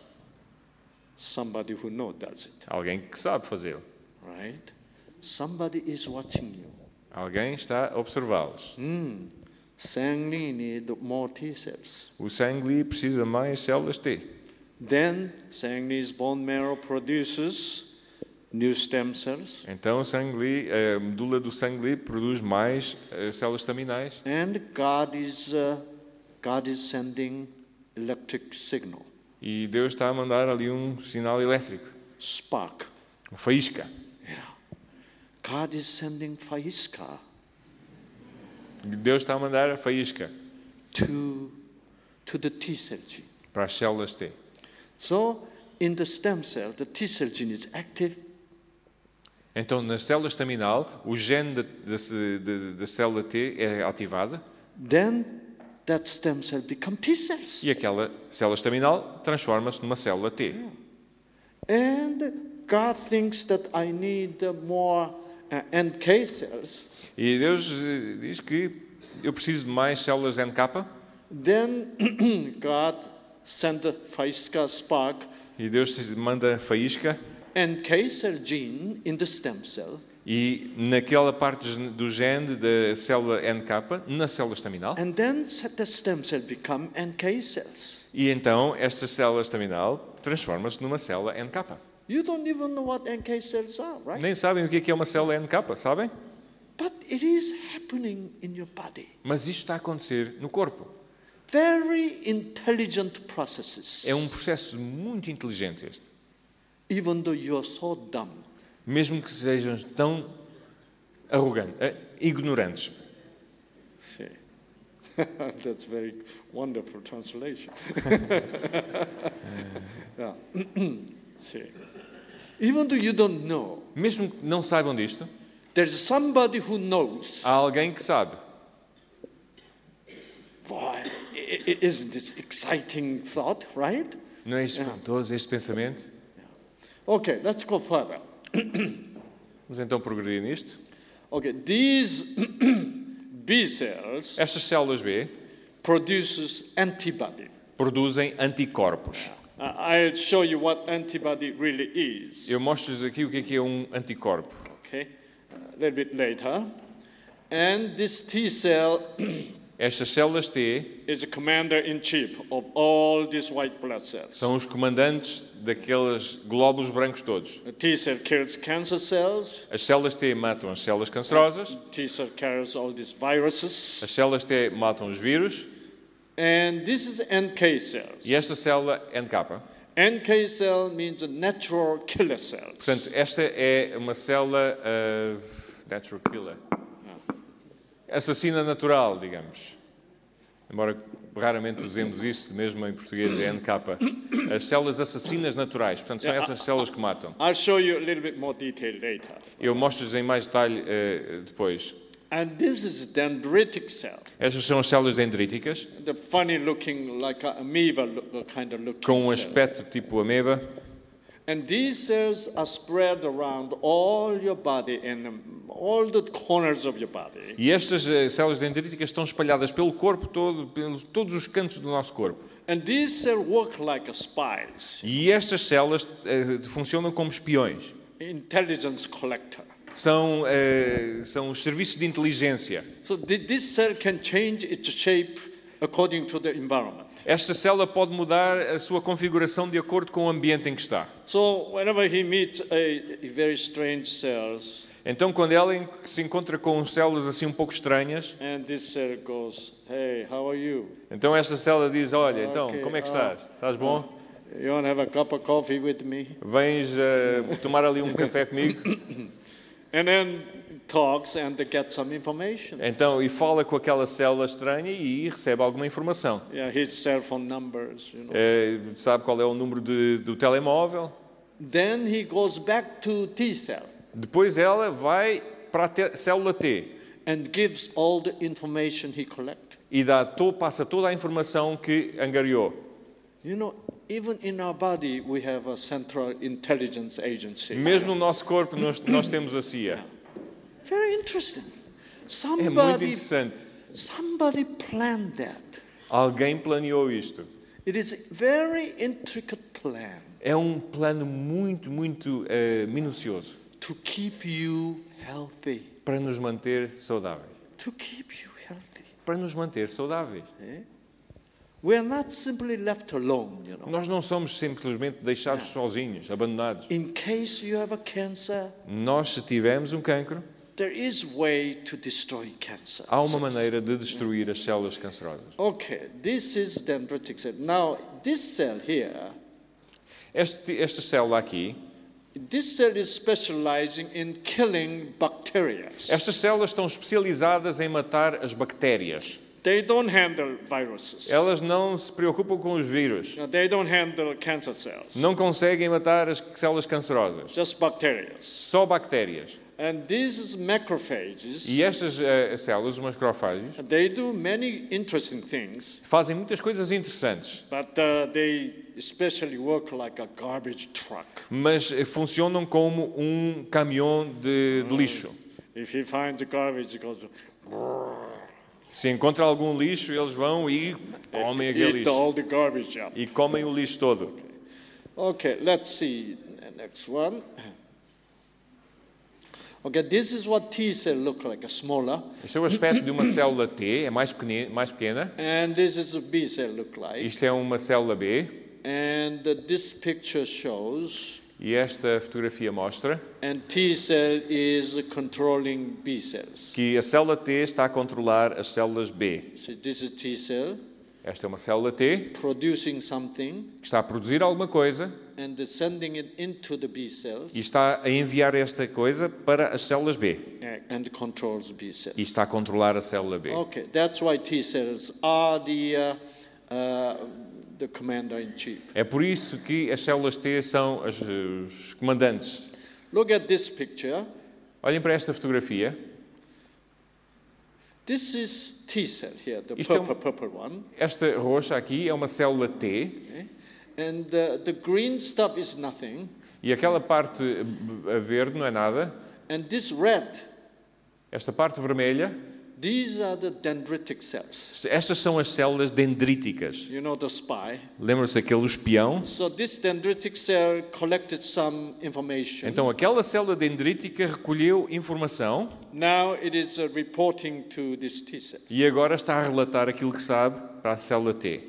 Speaker 2: Somebody who knows does it.
Speaker 3: Alguém que sabe fazê-lo.
Speaker 2: right? Somebody is watching you.
Speaker 3: Alguém está a observá-los.
Speaker 2: Hmm. Sangli need more T cells.
Speaker 3: O sangue precisa mais células T.
Speaker 2: Then Sangli's bone marrow produces new stem cells
Speaker 3: Então, o sangue, a medula do sangue produz mais eh, células estaminais.
Speaker 2: and God is uh, God is sending electric signal
Speaker 3: E Deus está a mandar ali um sinal elétrico,
Speaker 2: spark.
Speaker 3: um faísca.
Speaker 2: God is sending faísca
Speaker 3: Deus está a mandar a faísca
Speaker 2: to to the T cell gene.
Speaker 3: para as células T.
Speaker 2: So in the stem cell, the T cell gene is active
Speaker 3: Então, na célula estaminal, o gene da, da, da- da célula T é ativado
Speaker 2: Then that stem cell become T cells.
Speaker 3: e aquela célula estaminal transforma-se numa célula T.
Speaker 2: And God thinks that I need uh, more uh, NK cells.
Speaker 3: E Deus eh, diz que eu preciso de mais células NK.
Speaker 2: Then God sent the Faisca spark
Speaker 3: E Deus manda faísca.
Speaker 2: NK cell gene in the stem cell,
Speaker 3: E naquela parte gen- do gene da célula NK, na célula estaminal,
Speaker 2: and then s- the stem cell become NK cells.
Speaker 3: e então esta célula estaminal transforma-se numa célula NK.
Speaker 2: You don't even know what NK cells are, right?
Speaker 3: Nem sabem o que é que é uma célula NK, sabem?
Speaker 2: But it is happening in your body.
Speaker 3: Mas isto está a acontecer no corpo.
Speaker 2: Very intelligent processes.
Speaker 3: É um processo muito inteligente este.
Speaker 2: Even though you are so dumb,
Speaker 3: Mesmo que sejam tão arrogantes, eh, ignorantes.
Speaker 2: See, that's very wonderful translation. yeah. See, even though you don't know,
Speaker 3: Mesmo que não saibam disto,
Speaker 2: there's somebody who knows.
Speaker 3: há alguém que sabe.
Speaker 2: Boy, i- i- isn't this exciting thought, right?
Speaker 3: Não é espantoso este pensamento?
Speaker 2: Okay, let's go further.
Speaker 3: Vamos então progredir nisto.
Speaker 2: Okay, these B cells
Speaker 3: Estas células B
Speaker 2: produces antibody.
Speaker 3: produzem anticorpos.
Speaker 2: Uh, I'll show you what antibody really is.
Speaker 3: Eu mostro-vos aqui o que é que é um anticorpo.
Speaker 2: Okay, a little bit later. And this T cell
Speaker 3: Estas células T
Speaker 2: is a commander in chief of all these white blood cells.
Speaker 3: são os comandantes daqueles glóbulos brancos todos.
Speaker 2: a T cell kills cancer cells,
Speaker 3: As células T matam as células cancerosas,
Speaker 2: T cell carries all these viruses,
Speaker 3: as células T matam os vírus
Speaker 2: and this is NK cells.
Speaker 3: e esta célula é NK.
Speaker 2: NK cell means a natural killer cells.
Speaker 3: Portanto, esta é uma célula ah, natural killer. Assassina natural, digamos. Embora raramente usemos isso, mesmo em português é NK. As células assassinas naturais, portanto, são essas células que matam.
Speaker 2: I'll show you a little bit more detail later.
Speaker 3: Eu mostro-vos em mais detalhe eh, depois.
Speaker 2: And this is dendritic cell,
Speaker 3: Estas são as células dendríticas,
Speaker 2: the funny looking like a amoeba lo- kind of looking
Speaker 3: com um
Speaker 2: cell.
Speaker 3: aspecto tipo ameba.
Speaker 2: And these cells are spread around all your body and um, all the corners of your body.
Speaker 3: E estas eh, células dendríticas estão espalhadas pelo corpo todo, pelos todos os cantos do nosso corpo.
Speaker 2: And these cells work like a spies,
Speaker 3: E estas células eh, funcionam como espiões.
Speaker 2: intelligence collector.
Speaker 3: São, eh, são os serviços de inteligência.
Speaker 2: So thi- this cell can change its shape according to the environment.
Speaker 3: Esta célula pode mudar a sua configuração de acordo com o ambiente em que está.
Speaker 2: So whenever he meets a, a very strange cells,
Speaker 3: Então, quando ela en- se encontra com células assim um pouco estranhas,
Speaker 2: and this cell goes, "Hey, how are you?
Speaker 3: então esta célula diz: Olha, então,
Speaker 2: Ok,
Speaker 3: como é que
Speaker 2: ah.
Speaker 3: estás? Estás bom?
Speaker 2: You want to have a cup of coffee with me?"
Speaker 3: Vens eh, tomar ali um café comigo?
Speaker 2: And then talks and they get some information.
Speaker 3: Então, e fala com aquela célula estranha e recebe alguma informação.
Speaker 2: Yeah, his cell phone numbers, you know.
Speaker 3: Eh, sabe qual é o número de- do telemóvel?
Speaker 2: Then he goes back to T cell
Speaker 3: Depois ela vai para a te- célula T
Speaker 2: and gives all the information he collected.
Speaker 3: e dá to- passa toda a informação que angariou.
Speaker 2: You know, even in our body, we have a central intelligence agency.
Speaker 3: Mesmo no nosso corpo, nós, nós temos a CIA.
Speaker 2: Very interesting.
Speaker 3: É muito
Speaker 2: Somebody,
Speaker 3: interessante.
Speaker 2: somebody planned that.
Speaker 3: Alguém planeou isto.
Speaker 2: It is a very intricate plan
Speaker 3: É um plano muito, muito eh, minucioso
Speaker 2: to keep you healthy.
Speaker 3: para nos manter saudáveis.
Speaker 2: To keep you healthy.
Speaker 3: Para nos manter saudáveis.
Speaker 2: eh? We are not simply left alone, you know.
Speaker 3: Nós não somos simplesmente deixados sozinhos, abandonados.
Speaker 2: In case you have a cancer,
Speaker 3: Nós, se tivermos um cancro,
Speaker 2: There is way to destroy cancer.
Speaker 3: há uma maneira de destruir as células cancerosas.
Speaker 2: Okay, this is dendritic cell. Now, this cell here,
Speaker 3: Este, esta célula aqui,
Speaker 2: this cell is specializing in killing bacteria.
Speaker 3: estas células estão especializadas em matar as bactérias.
Speaker 2: They don't handle viruses.
Speaker 3: Elas não se preocupam com os vírus.
Speaker 2: No, They don't handle cancer cells.
Speaker 3: Não conseguem matar as células cancerosas.
Speaker 2: Just bacteria.
Speaker 3: Só bactérias.
Speaker 2: And these macrophages,
Speaker 3: E estas eh, células, os macrófagos,
Speaker 2: they do many interesting things,
Speaker 3: fazem muitas coisas interessantes,
Speaker 2: but uh, they especially work like a garbage truck.
Speaker 3: mas eh, funcionam como um caminhão de, de lixo.
Speaker 2: If he finds the garbage, it goes
Speaker 3: Se encontra algum lixo, eles vão e comem aquele
Speaker 2: eat
Speaker 3: lixo.
Speaker 2: all the garbage up.
Speaker 3: E comem o lixo todo.
Speaker 2: Okay, let's see the next one. Okay, this is what T cell look like, smaller,
Speaker 3: Este é o aspecto de uma célula T, é mais pequena, mais pequena.
Speaker 2: and this is a B cell look like.
Speaker 3: Isto é uma célula B.
Speaker 2: And uh, this picture shows,
Speaker 3: E esta fotografia mostra
Speaker 2: and T cell is controlling B cells.
Speaker 3: que a célula T está a controlar as células B.
Speaker 2: See, this is T cell
Speaker 3: Esta é uma célula T
Speaker 2: producing something
Speaker 3: que está a produzir alguma coisa
Speaker 2: and is sending it into the B cells
Speaker 3: e está a enviar esta coisa para as células B.
Speaker 2: uh, and controls B cells.
Speaker 3: E está a controlar a célula B.
Speaker 2: Okay, that's why T cells are the uh, uh, the commander in chief.
Speaker 3: É por isso que as células T são as- os comandantes.
Speaker 2: Look at this picture.
Speaker 3: Olhem para esta fotografia.
Speaker 2: This is T cell here, the
Speaker 3: Isto é um-
Speaker 2: purple purple one,
Speaker 3: Esta roxa aqui é uma célula T
Speaker 2: okay? and uh, the green stuff is nothing,
Speaker 3: e aquela parte b- a verde não é nada.
Speaker 2: and this red.
Speaker 3: Esta parte vermelha,
Speaker 2: These are the dendritic cells.
Speaker 3: estas são as células dendríticas.
Speaker 2: You know the spy.
Speaker 3: Lembram-se daquele espião?
Speaker 2: So this dendritic cell collected some information.
Speaker 3: Então aquela célula dendrítica recolheu informação
Speaker 2: now it is uh, reporting to this T cell.
Speaker 3: e agora está a relatar aquilo que sabe para a célula T.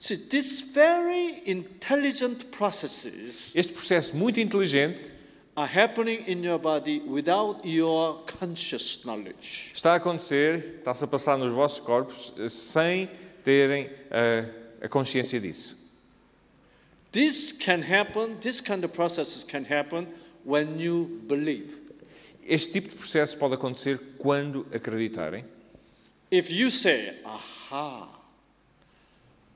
Speaker 2: See, these very intelligent processes
Speaker 3: Este processo muito inteligente
Speaker 2: are happening in your body without your conscious knowledge.
Speaker 3: está a acontecer, está-se a passar nos vossos corpos eh, sem terem eh, a consciência disso.
Speaker 2: This can happen, this kind of processes can happen when you believe.
Speaker 3: Este tipo de processo pode acontecer quando acreditarem.
Speaker 2: If you say, aha,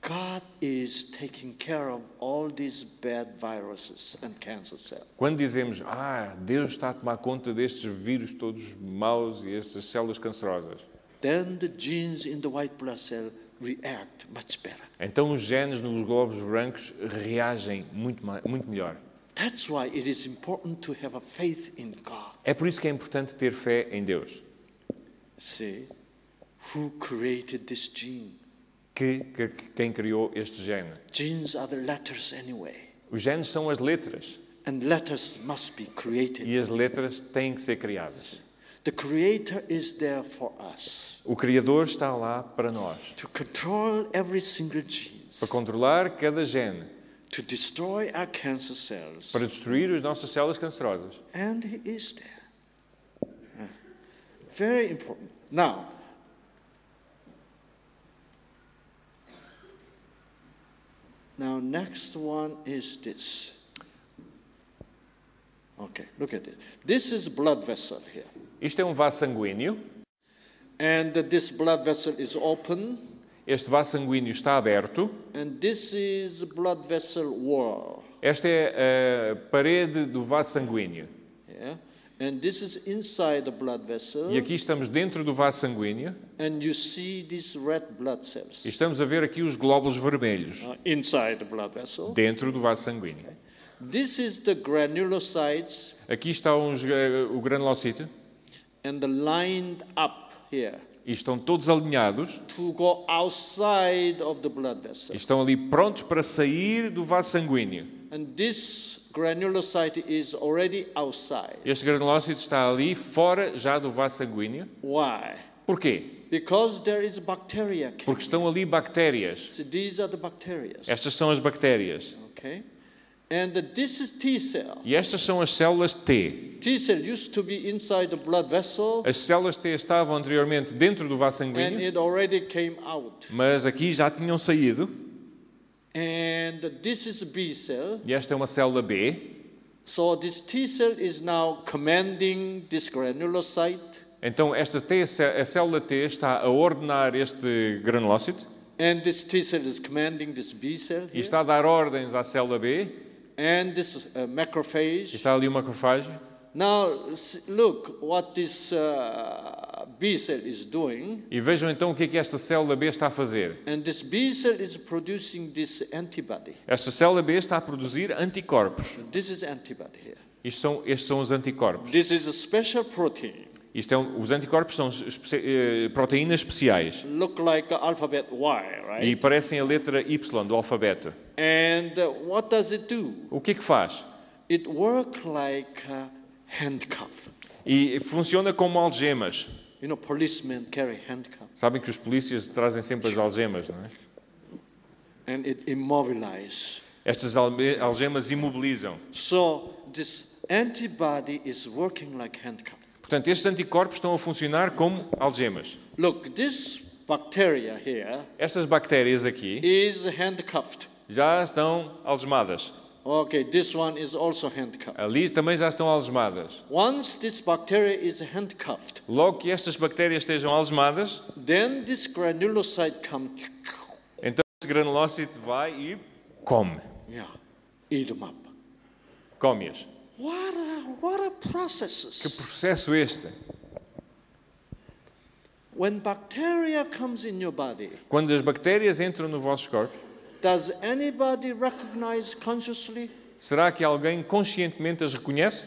Speaker 2: God is taking care of all these bad viruses and cancer cells.
Speaker 3: Quando dizemos, ah, Deus está a tomar conta destes vírus todos maus e estas células cancerosas,
Speaker 2: Then the genes in the white blood cell react much better.
Speaker 3: então os genes nos globos brancos reagem muito, ma- muito melhor.
Speaker 2: That's why it is important to have a faith in God.
Speaker 3: É por isso que é importante ter fé em Deus,
Speaker 2: See, who created this gene?
Speaker 3: que, que quem criou este gene.
Speaker 2: Genes are the letters anyway,
Speaker 3: Os genes são as letras
Speaker 2: and letters must be created.
Speaker 3: e as letras têm que ser criadas.
Speaker 2: The Creator is there for us
Speaker 3: O Criador está lá para nós,
Speaker 2: to control every single gene,
Speaker 3: para controlar cada gene,
Speaker 2: to destroy our cancer cells,
Speaker 3: para destruir as nossas células cancerosas.
Speaker 2: and He is there. Yeah. Very important. Now, now next one is this. Okay, look at it. This is blood vessel here.
Speaker 3: Isto é um vaso sanguíneo.
Speaker 2: And this blood vessel is open,
Speaker 3: Este vaso sanguíneo está aberto.
Speaker 2: and this is blood vessel wall.
Speaker 3: Esta é a parede do vaso sanguíneo.
Speaker 2: Yeah? And this is inside the blood vessel,
Speaker 3: E aqui estamos dentro do vaso sanguíneo
Speaker 2: and you see these red blood
Speaker 3: e
Speaker 2: cells
Speaker 3: estamos a ver aqui os glóbulos vermelhos
Speaker 2: uh, inside the blood vessel.
Speaker 3: dentro do vaso sanguíneo.
Speaker 2: This is the granulocytes,
Speaker 3: Aqui está uns, eh, o granulocito
Speaker 2: and the lined up here
Speaker 3: e estão todos alinhados
Speaker 2: to go outside of the blood
Speaker 3: e
Speaker 2: vessel.
Speaker 3: estão ali prontos para sair do vaso sanguíneo.
Speaker 2: And this granulocyte is already outside.
Speaker 3: Este granulócito está ali fora já do vaso sanguíneo.
Speaker 2: Why?
Speaker 3: Porquê?
Speaker 2: Because there is bacteria.
Speaker 3: Porque estão ali bactérias.
Speaker 2: So these are the bacteria.
Speaker 3: Estas são as bactérias.
Speaker 2: Okay? And uh, this is T cell.
Speaker 3: E estas são as células T.
Speaker 2: T cell used to be inside the blood vessel
Speaker 3: As células T estavam anteriormente dentro do vaso
Speaker 2: and
Speaker 3: sanguíneo,
Speaker 2: it already came out.
Speaker 3: mas aqui já tinham saído.
Speaker 2: And this is B cell.
Speaker 3: E esta é uma célula B.
Speaker 2: So this T cell is now commanding this granulocyte
Speaker 3: Então esta T, a célula T está a ordenar este granulócito
Speaker 2: and this T cell is commanding this B cell
Speaker 3: e
Speaker 2: here,
Speaker 3: está a dar ordens à célula B
Speaker 2: and this uh, macrophage
Speaker 3: Está ali uma macrofagem
Speaker 2: now s- look what this uh, B cell is doing.
Speaker 3: E vejam então o que é que esta célula B está a fazer.
Speaker 2: And this B cell is producing this antibody.
Speaker 3: Esta célula B está a produzir anticorpos.
Speaker 2: This is antibody here.
Speaker 3: Isto são, estes são os anticorpos.
Speaker 2: This is a special protein,
Speaker 3: Isto é um- os anticorpos são espe- eh, proteínas especiais
Speaker 2: look like alphabet Y, right?
Speaker 3: e parecem a letra Y do alfabeto.
Speaker 2: And uh, what does it do?
Speaker 3: O que é que faz?
Speaker 2: It works like a handcuff.
Speaker 3: E funciona como algemas.
Speaker 2: You know, policemen carry handcuff,
Speaker 3: Sabem que os polícias trazem sempre as algemas, não é?
Speaker 2: and it immobilizes.
Speaker 3: Estas albe- algemas imobilizam.
Speaker 2: So this antibody is working like handcuff.
Speaker 3: Portanto, estes anticorpos estão a funcionar como algemas.
Speaker 2: Look, this bacteria here
Speaker 3: Estas bactérias aqui
Speaker 2: is handcuffed.
Speaker 3: já estão algemadas.
Speaker 2: Okay, this one is also handcuffed.
Speaker 3: Ali também já estão algemadas.
Speaker 2: Once this bacteria is handcuffed,
Speaker 3: Logo que estas bactérias estejam algemadas,
Speaker 2: then this granulocyte comes,
Speaker 3: então este granulócito vai e come.
Speaker 2: yeah, eat them up.
Speaker 3: Come-as.
Speaker 2: What a, what a
Speaker 3: Que
Speaker 2: processes.
Speaker 3: processo é este?
Speaker 2: When bacteria comes in your body,
Speaker 3: Quando as bactérias entram no vosso corpo,
Speaker 2: does anybody recognize consciously?
Speaker 3: será que alguém conscientemente as reconhece?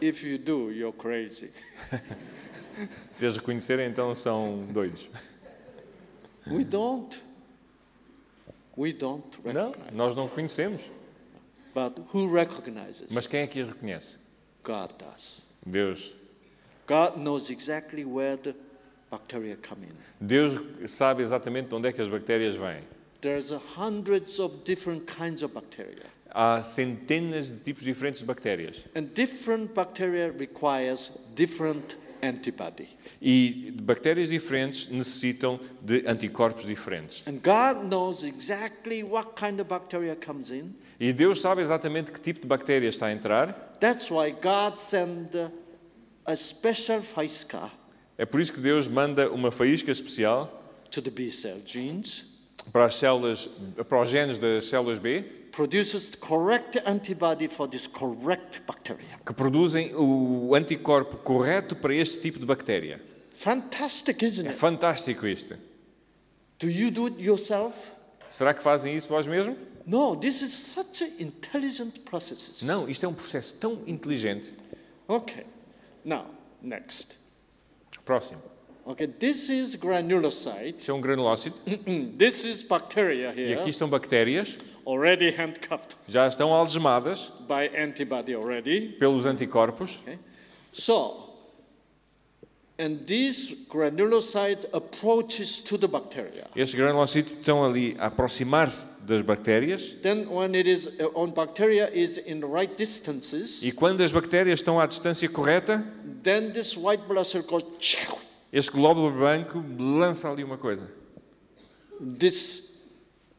Speaker 2: If you do, you're crazy.
Speaker 3: Se as reconhecerem, então são doidos.
Speaker 2: We don't. We don't
Speaker 3: Não,
Speaker 2: recognize.
Speaker 3: nós não reconhecemos.
Speaker 2: But who recognizes?
Speaker 3: Mas quem é que as reconhece?
Speaker 2: God does.
Speaker 3: Deus.
Speaker 2: God knows exactly where the bacteria come in.
Speaker 3: Deus sabe exatamente de onde é que as bactérias vêm.
Speaker 2: There's a hundreds of different kinds of bacteria.
Speaker 3: Há centenas de tipos diferentes de bactérias.
Speaker 2: And different bacteria requires different antibody.
Speaker 3: E bactérias diferentes necessitam de anticorpos diferentes.
Speaker 2: And God knows exactly what kind of bacteria comes in.
Speaker 3: E Deus sabe exatamente que tipo de bactéria está a entrar.
Speaker 2: That's why God sent uh, a special FISCA
Speaker 3: É por isso que Deus manda uma faísca especial
Speaker 2: to the B cell genes,
Speaker 3: para as células, para os genes das células B,
Speaker 2: produces the correct antibody for this correct bacteria.
Speaker 3: que produzem o anticorpo correto para este tipo de bactéria.
Speaker 2: Fantastic, isn't
Speaker 3: É
Speaker 2: it?
Speaker 3: fantástico isto.
Speaker 2: Do you do it yourself?
Speaker 3: Será que fazem isso vós mesmos?
Speaker 2: No, this is such an intelligent process.
Speaker 3: Não, isto é um processo tão inteligente.
Speaker 2: Okay. Now, next.
Speaker 3: Próximo.
Speaker 2: Okay, this is granulocyte.
Speaker 3: Isto é um granulócito.
Speaker 2: this is bacteria
Speaker 3: E
Speaker 2: here,
Speaker 3: aqui estão bactérias,
Speaker 2: already handcuffed
Speaker 3: já estão algemadas
Speaker 2: by antibody already.
Speaker 3: pelos anticorpos.
Speaker 2: Okay. So, and this granulocyte approaches to the bacteria.
Speaker 3: Estes granulócitos estão ali a aproximar-se das bactérias.
Speaker 2: Then, when it is uh, on bacteria is in the right distances,
Speaker 3: E quando as bactérias estão à distância correta,
Speaker 2: then this white blood cell goes. "Chow."
Speaker 3: este glóbulo branco lança ali uma coisa.
Speaker 2: This,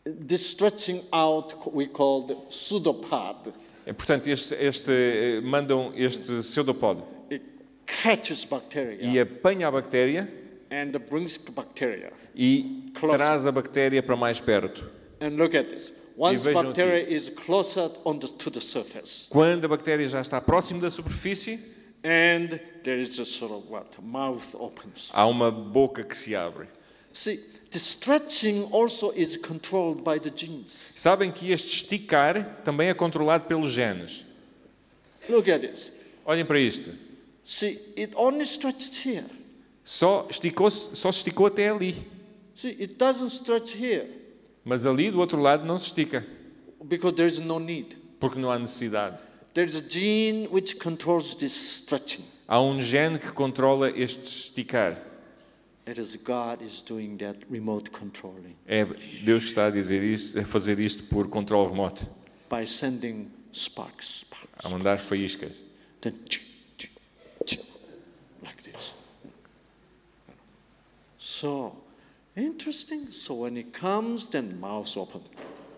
Speaker 2: this stretching out we call the pseudopod.
Speaker 3: É, portanto, este, este, eh, mandam este pseudopode
Speaker 2: It catches bacteria
Speaker 3: e apanha a bactéria
Speaker 2: and brings bacteria.
Speaker 3: e
Speaker 2: Close.
Speaker 3: traz a bactéria para mais perto.
Speaker 2: And look at this. Once
Speaker 3: vejam aqui.
Speaker 2: bacteria is closer on the, to the surface,
Speaker 3: Quando a bactéria já está próximo da superfície,
Speaker 2: and there is a sort of what mouth opens.
Speaker 3: há uma boca que se abre.
Speaker 2: See, the stretching also is controlled by the genes.
Speaker 3: Sabem que este esticar também é controlado pelos genes.
Speaker 2: Look at this.
Speaker 3: Olhem para isto.
Speaker 2: See, it only stretches here.
Speaker 3: Só, esticou só se esticou até ali.
Speaker 2: See, it doesn't stretch here
Speaker 3: Mas ali do outro lado não se estica,
Speaker 2: because there is no need.
Speaker 3: porque não há necessidade.
Speaker 2: There is a gene which controls this stretching.
Speaker 3: Há um gene que controla este esticar.
Speaker 2: It is God is doing that remote controlling
Speaker 3: É Deus que está a, dizer isto, a fazer isto por controle remoto,
Speaker 2: by sending sparks, sparks.
Speaker 3: a mandar faíscas.
Speaker 2: Then ch- ch- ch- like this. So interesting. So when it comes, then mouth open.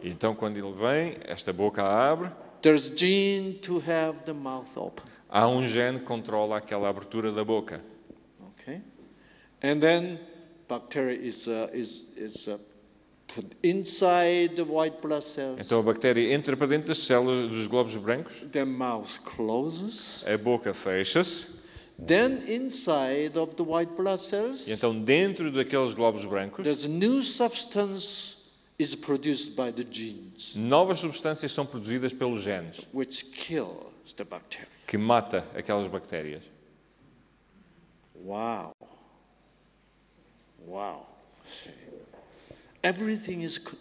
Speaker 3: E então, quando ele vem, esta boca abre,
Speaker 2: There's gene to have the mouth open.
Speaker 3: há um gene que controla aquela abertura da boca.
Speaker 2: Okay, and then bacteria is uh, is is uh, put inside the white blood cells.
Speaker 3: Então a bactéria entra para dentro das células dos glóbulos brancos,
Speaker 2: The mouth closes.
Speaker 3: a boca fecha-se,
Speaker 2: Then inside of the white blood cells,
Speaker 3: e então dentro daqueles glóbulos brancos,
Speaker 2: there's a new substance is produced by the genes,
Speaker 3: novas substâncias são produzidas pelos genes,
Speaker 2: which kills the bacteria.
Speaker 3: que mata aquelas bactérias.
Speaker 2: Wow. Wow. Everything is co-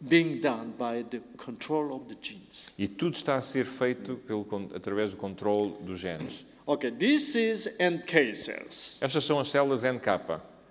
Speaker 2: being done by the control of the genes.
Speaker 3: E tudo está a ser feito pelo, con- através do controle dos genes.
Speaker 2: Okay, this is NK cells,
Speaker 3: Estas são as células NK,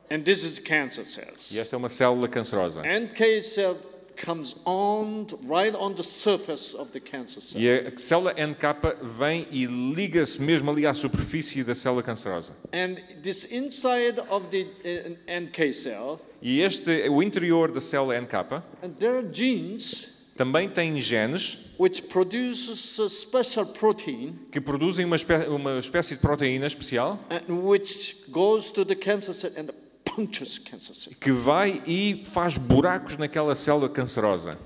Speaker 2: and this is cancer cells.
Speaker 3: e esta é uma célula cancerosa.
Speaker 2: NK cell comes on right on the surface of the cancer cell.
Speaker 3: E a célula NK vem e liga-se mesmo ali à superfície da célula cancerosa.
Speaker 2: And this inside of the uh, NK cell,
Speaker 3: E este, o interior da célula NK
Speaker 2: and there are genes
Speaker 3: também tem genes
Speaker 2: which produces a special protein
Speaker 3: que produzem uma, espé- uma espécie de proteína especial
Speaker 2: and which goes to the cancer cell and punctures cancer cell.
Speaker 3: que vai e faz buracos naquela célula cancerosa.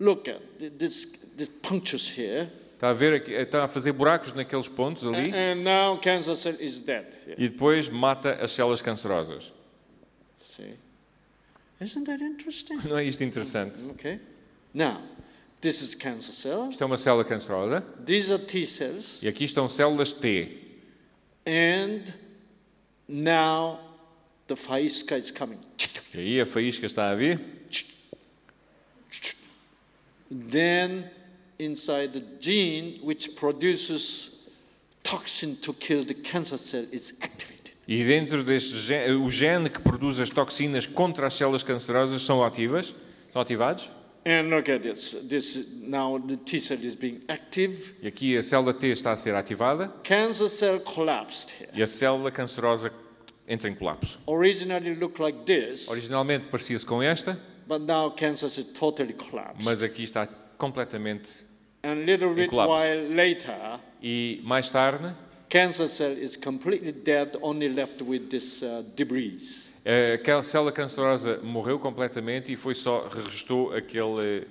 Speaker 2: Look at th- this, this punctures here,
Speaker 3: Está a ver aqui, está a fazer buracos naqueles pontos ali
Speaker 2: and now cancer cell is dead. Here.
Speaker 3: e depois mata as células cancerosas.
Speaker 2: See, isn't that interesting?
Speaker 3: Não é isto interessante?
Speaker 2: Okay, now this is cancer cell.
Speaker 3: Isto é uma célula cancerosa
Speaker 2: These are T cells.
Speaker 3: e aqui estão células T.
Speaker 2: And now the faísca is coming.
Speaker 3: E aí a faísca está a vir.
Speaker 2: Then inside the gene which produces toxin to kill the cancer cell is activated.
Speaker 3: E dentro deste gene, o gene que produz as toxinas contra as células cancerosas são ativas, são ativados.
Speaker 2: And look at this. This now the T cell is being active.
Speaker 3: E aqui a célula T está a ser ativada
Speaker 2: Cancer cell collapsed here.
Speaker 3: e a célula cancerosa entra em colapso.
Speaker 2: Originally looked like this,
Speaker 3: Originalmente parecia-se com esta,
Speaker 2: but now cancer cell totally collapsed.
Speaker 3: mas aqui está completamente.
Speaker 2: and little bit
Speaker 3: collapse.
Speaker 2: while later,
Speaker 3: E mais tarde,
Speaker 2: cancer cell is completely dead, only left with this uh, debris.
Speaker 3: eh, aquela célula cancerosa morreu completamente e foi só restou aquele,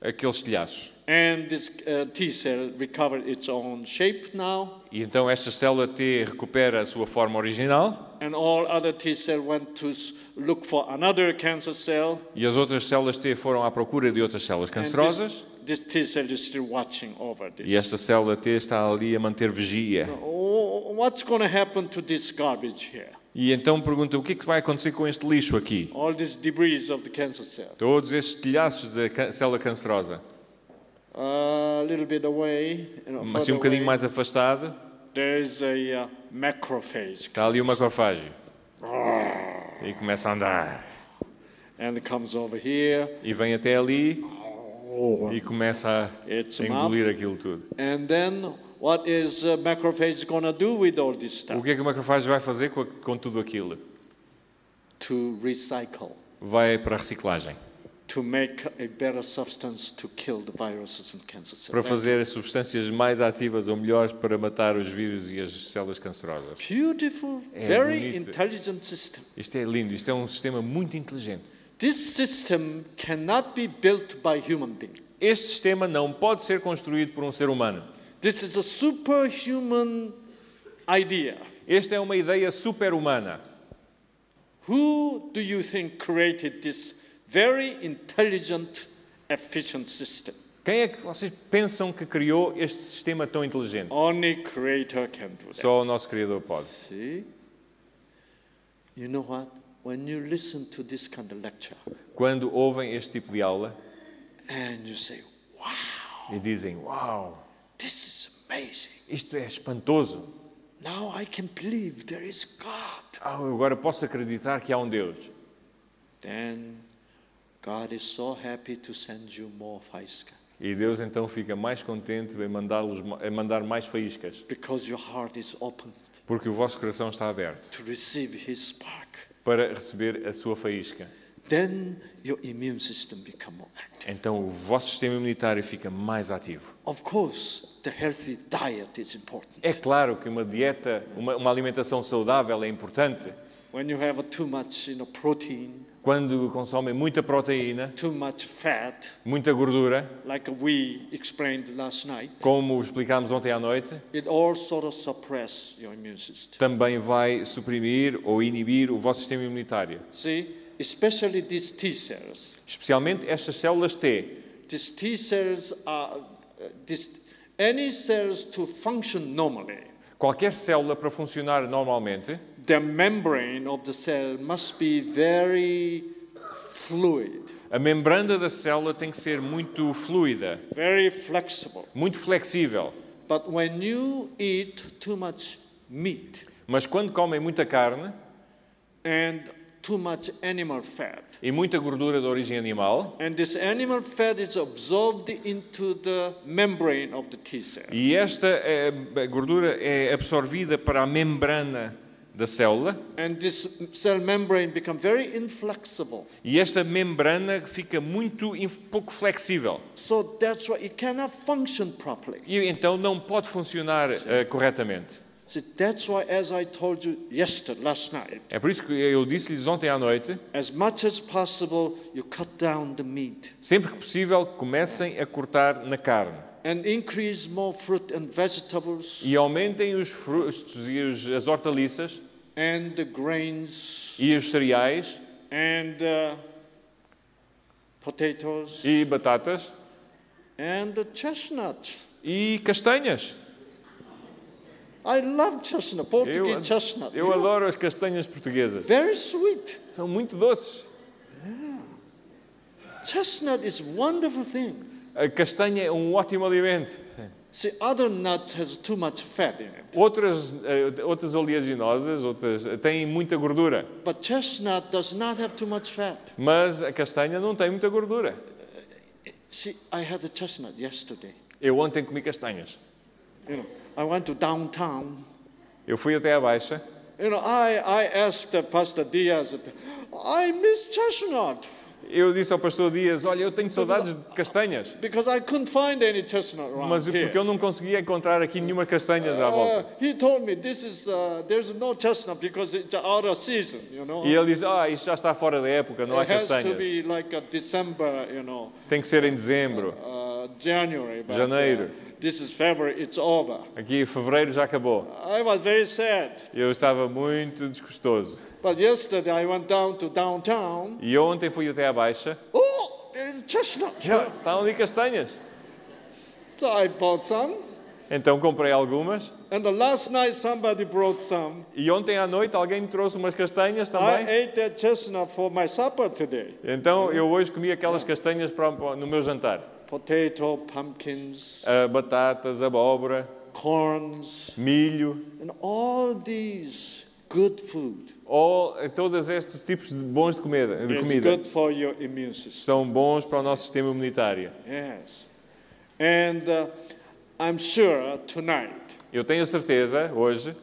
Speaker 3: aqueles telhaços.
Speaker 2: And this uh, T cell recovered its own shape now,
Speaker 3: E então esta célula T recupera a sua forma original
Speaker 2: and all other T cell went to s- look for another cancer cell.
Speaker 3: e as outras células T foram à procura de outras células
Speaker 2: and this-
Speaker 3: cancerosas.
Speaker 2: This, T cell is still watching over this.
Speaker 3: E esta célula T está ali a manter vigia.
Speaker 2: Oh, what's going to happen to this garbage here?
Speaker 3: E então pergunta: o que é que vai acontecer com este lixo aqui?
Speaker 2: All this debris of the cancer cell.
Speaker 3: Todos estes telhaços da ca- célula cancerosa.
Speaker 2: A little bit away, you know,
Speaker 3: Assim,
Speaker 2: further
Speaker 3: um bocadinho
Speaker 2: away,
Speaker 3: mais afastado,
Speaker 2: there is a uh, macrophage,
Speaker 3: está ali o macrofágio. E começa a andar.
Speaker 2: and it comes over here.
Speaker 3: E vem até ali e começa
Speaker 2: It's
Speaker 3: a engolir aquilo tudo.
Speaker 2: And then, what is uh, macrophage going to do with all this
Speaker 3: O
Speaker 2: stuff?
Speaker 3: que é que o macrofágio vai fazer com, a- com tudo aquilo?
Speaker 2: To recycle.
Speaker 3: Vai para a reciclagem
Speaker 2: to make a better substance to kill the viruses and cancer
Speaker 3: para
Speaker 2: cells.
Speaker 3: fazer as substâncias mais ativas ou melhores para matar os vírus e as células cancerosas.
Speaker 2: Beautiful,
Speaker 3: É
Speaker 2: very
Speaker 3: bonito.
Speaker 2: intelligent system.
Speaker 3: Isto é lindo, isto é um sistema muito inteligente.
Speaker 2: This system cannot be built by human being.
Speaker 3: Este sistema não pode ser construído por um ser humano.
Speaker 2: This is a superhuman idea.
Speaker 3: Esta é uma ideia super-humana.
Speaker 2: Who do you think created this very intelligent, efficient system?
Speaker 3: Quem é que vocês pensam que criou este sistema tão inteligente?
Speaker 2: Only creator can do that.
Speaker 3: Só o nosso Criador pode.
Speaker 2: See? You know what? When you listen to this kind of lecture
Speaker 3: Quando ouvem este tipo de aula
Speaker 2: and you say,
Speaker 3: e dizem: Uau,
Speaker 2: this is amazing.
Speaker 3: isto é espantoso.
Speaker 2: Now I can believe there is God.
Speaker 3: Ah, eu agora posso acreditar que há um Deus.
Speaker 2: Then God is so happy to send you more faísca
Speaker 3: E Deus então fica mais contente em, mandá-los, em mandar mais faíscas,
Speaker 2: because your heart is open
Speaker 3: porque o vosso coração está aberto
Speaker 2: to receive His spark.
Speaker 3: para receber a sua faísca.
Speaker 2: Then your immune system become more active.
Speaker 3: Então o vosso sistema imunitário fica mais ativo.
Speaker 2: Of course, the healthy diet is important.
Speaker 3: É claro que uma dieta, uma, uma alimentação saudável é importante,
Speaker 2: when you have too much you know, protein,
Speaker 3: Quando consomem muita proteína,
Speaker 2: too much fat,
Speaker 3: muita gordura,
Speaker 2: like we explained last night,
Speaker 3: como explicámos ontem à noite,
Speaker 2: it all sort of suppress your immune system.
Speaker 3: também vai suprimir ou inibir o vosso sistema imunitário.
Speaker 2: See, especially these T cells.
Speaker 3: Especialmente estas células T.
Speaker 2: These T cells are uh, this, any cells to function normally.
Speaker 3: Qualquer célula, para funcionar normalmente,
Speaker 2: The membrane of the cell must be very fluid,
Speaker 3: a membrana da célula tem que ser muito fluida,
Speaker 2: very flexible.
Speaker 3: muito flexível.
Speaker 2: But when you eat too much meat
Speaker 3: Mas quando comem muita carne
Speaker 2: and too much animal fat,
Speaker 3: e muita gordura de origem animal,
Speaker 2: and this animal fat is absorbed into the membrane of the T cell,
Speaker 3: e esta eh, a gordura é absorvida para a membrana da célula,
Speaker 2: and this cell membrane become very inflexible.
Speaker 3: e esta membrana fica muito inf- pouco flexível.
Speaker 2: So that's why it cannot function properly.
Speaker 3: E então não pode funcionar eh, corretamente.
Speaker 2: See, that's why, as I told you yesterday, last night,
Speaker 3: É por isso que eu disse-lhes ontem à noite,
Speaker 2: as much as possible, you cut down the meat
Speaker 3: sempre que possível, comecem a cortar na carne
Speaker 2: and increase more fruit and vegetables
Speaker 3: e aumentem os frutos e os- as hortaliças
Speaker 2: and the grains
Speaker 3: e os cereais
Speaker 2: and uh, potatoes
Speaker 3: e batatas
Speaker 2: and the chestnuts.
Speaker 3: e castanhas.
Speaker 2: I love chestnut,
Speaker 3: Eu,
Speaker 2: Portuguese
Speaker 3: ad-
Speaker 2: chestnut.
Speaker 3: eu
Speaker 2: You know,
Speaker 3: adoro as castanhas portuguesas.
Speaker 2: Very sweet.
Speaker 3: São muito doces.
Speaker 2: Chestnut is wonderful thing.
Speaker 3: A castanha é um ótimo alimento.
Speaker 2: See, other nuts has too much fat in it,
Speaker 3: Outras, eh, outras oleaginosas outras, têm muita gordura,
Speaker 2: but chestnut does not have too much fat.
Speaker 3: mas a castanha não tem muita gordura.
Speaker 2: See, I had a chestnut yesterday.
Speaker 3: Eu ontem comi castanhas.
Speaker 2: You know, I went to downtown.
Speaker 3: Eu fui até à Baixa
Speaker 2: You know, I, I asked uh, Pastor Diaz, I miss chestnut
Speaker 3: Eu disse ao pastor Dias, olha, eu tenho saudades de castanhas,
Speaker 2: because I couldn't find any chestnut around
Speaker 3: mas
Speaker 2: here.
Speaker 3: porque eu não conseguia encontrar aqui nenhuma castanha à
Speaker 2: Uh,
Speaker 3: volta.
Speaker 2: he told me this is uh, there's no chestnut because it's out of season. You know,
Speaker 3: E ele diz, ah, isto já está fora da época, não há
Speaker 2: it has to
Speaker 3: castanhas.
Speaker 2: be like a December. You know,
Speaker 3: Tem que ser em dezembro.
Speaker 2: uh, January. But, uh,
Speaker 3: Janeiro.
Speaker 2: this is February. It's over.
Speaker 3: Aqui em fevereiro já acabou.
Speaker 2: I was very sad.
Speaker 3: Eu estava muito desgostoso.
Speaker 2: But yesterday I went down to downtown.
Speaker 3: E ontem fui até à Baixa,
Speaker 2: Oh, there is chestnut.
Speaker 3: já estavam ali castanhas.
Speaker 2: So I bought some.
Speaker 3: Então comprei algumas.
Speaker 2: And the last night somebody brought some.
Speaker 3: E ontem à noite alguém me trouxe umas castanhas
Speaker 2: I
Speaker 3: também.
Speaker 2: ate that chestnut for my supper today.
Speaker 3: Então eu hoje comi aquelas castanhas para- para- no meu jantar.
Speaker 2: Potato, pumpkins,
Speaker 3: Ah, batatas, abóbora,
Speaker 2: corns,
Speaker 3: milho.
Speaker 2: and all these good food
Speaker 3: ou todos estes tipos de bons de comida, de
Speaker 2: is
Speaker 3: comida
Speaker 2: good for your immune system.
Speaker 3: são bons para o nosso sistema imunitário.
Speaker 2: Yes. And uh, I'm sure tonight,
Speaker 3: Eu tenho a certeza, hoje,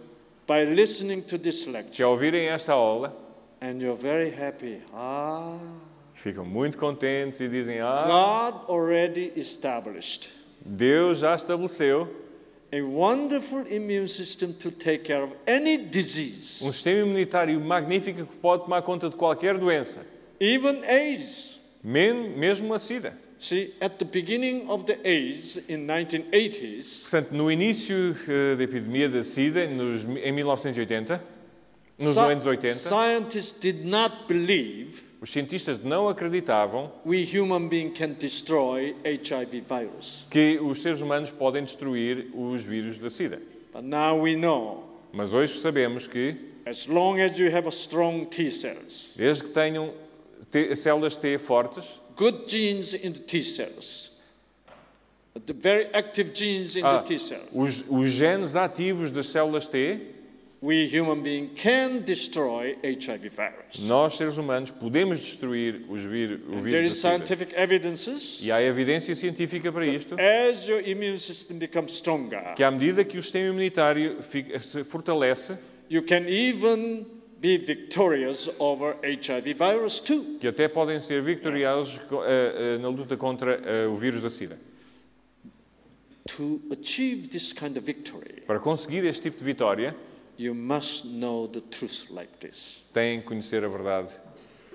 Speaker 2: by listening to this lecture,
Speaker 3: que ao ouvirem esta aula,
Speaker 2: and you're very happy. Ah,
Speaker 3: ficam muito contentes e dizem: Ah,
Speaker 2: God already established
Speaker 3: Deus já estabeleceu
Speaker 2: a wonderful immune system to take care of any
Speaker 3: um
Speaker 2: disease,
Speaker 3: sistema imunitário magnífico que pode tomar conta de qualquer doença,
Speaker 2: even AIDS.
Speaker 3: men- mesmo a SIDA.
Speaker 2: See, at the beginning of the AIDS in 1980s,
Speaker 3: Portanto, no início eh, da epidemia da SIDA, nos, em 1980, nos e
Speaker 2: sci-
Speaker 3: anos 80,
Speaker 2: scientists did not believe
Speaker 3: os cientistas não acreditavam
Speaker 2: we human beings can destroy HIV virus.
Speaker 3: que os seres humanos podem destruir os vírus da SIDA.
Speaker 2: But now we know,
Speaker 3: Mas hoje sabemos que,
Speaker 2: as long as you have a strong T cells,
Speaker 3: desde que tenham T- células T fortes,
Speaker 2: good genes in the T cells, the very active genes in
Speaker 3: ah,
Speaker 2: the T cells,
Speaker 3: os, os genes ativos das células T,
Speaker 2: we human beings can destroy HIV virus.
Speaker 3: nós, seres humanos, podemos destruir os vír- o
Speaker 2: There is
Speaker 3: vírus da SIDA.
Speaker 2: scientific evidences.
Speaker 3: E há evidência científica para isto,
Speaker 2: As your immune system becomes stronger,
Speaker 3: que à medida que o sistema imunitário fica- se fortalece,
Speaker 2: You can even be victorious over HIV virus too.
Speaker 3: que até podem ser vitoriosos co- ah, ah, na luta contra ah, o vírus da SIDA.
Speaker 2: To achieve this kind of victory,
Speaker 3: Para conseguir este tipo de vitória,
Speaker 2: you must know the truth like this
Speaker 3: Têm que conhecer a verdade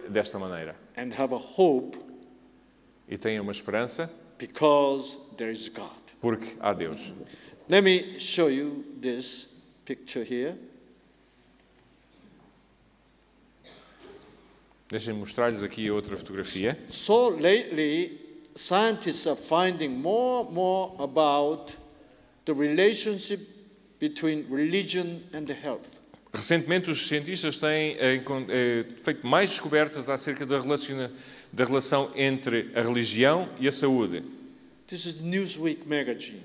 Speaker 3: desta maneira.
Speaker 2: and have a hope
Speaker 3: E têm uma esperança
Speaker 2: because there is God.
Speaker 3: porque há Deus.
Speaker 2: Let me show you this picture here.
Speaker 3: Deixem-me mostrar-lhes aqui a outra fotografia.
Speaker 2: So lately, scientists are finding more and more about the relationship between religion and health.
Speaker 3: Recentemente, os cientistas têm eh, encon- eh, feito mais descobertas acerca da, relaciona- da relação entre a religião e a saúde.
Speaker 2: This is Newsweek magazine.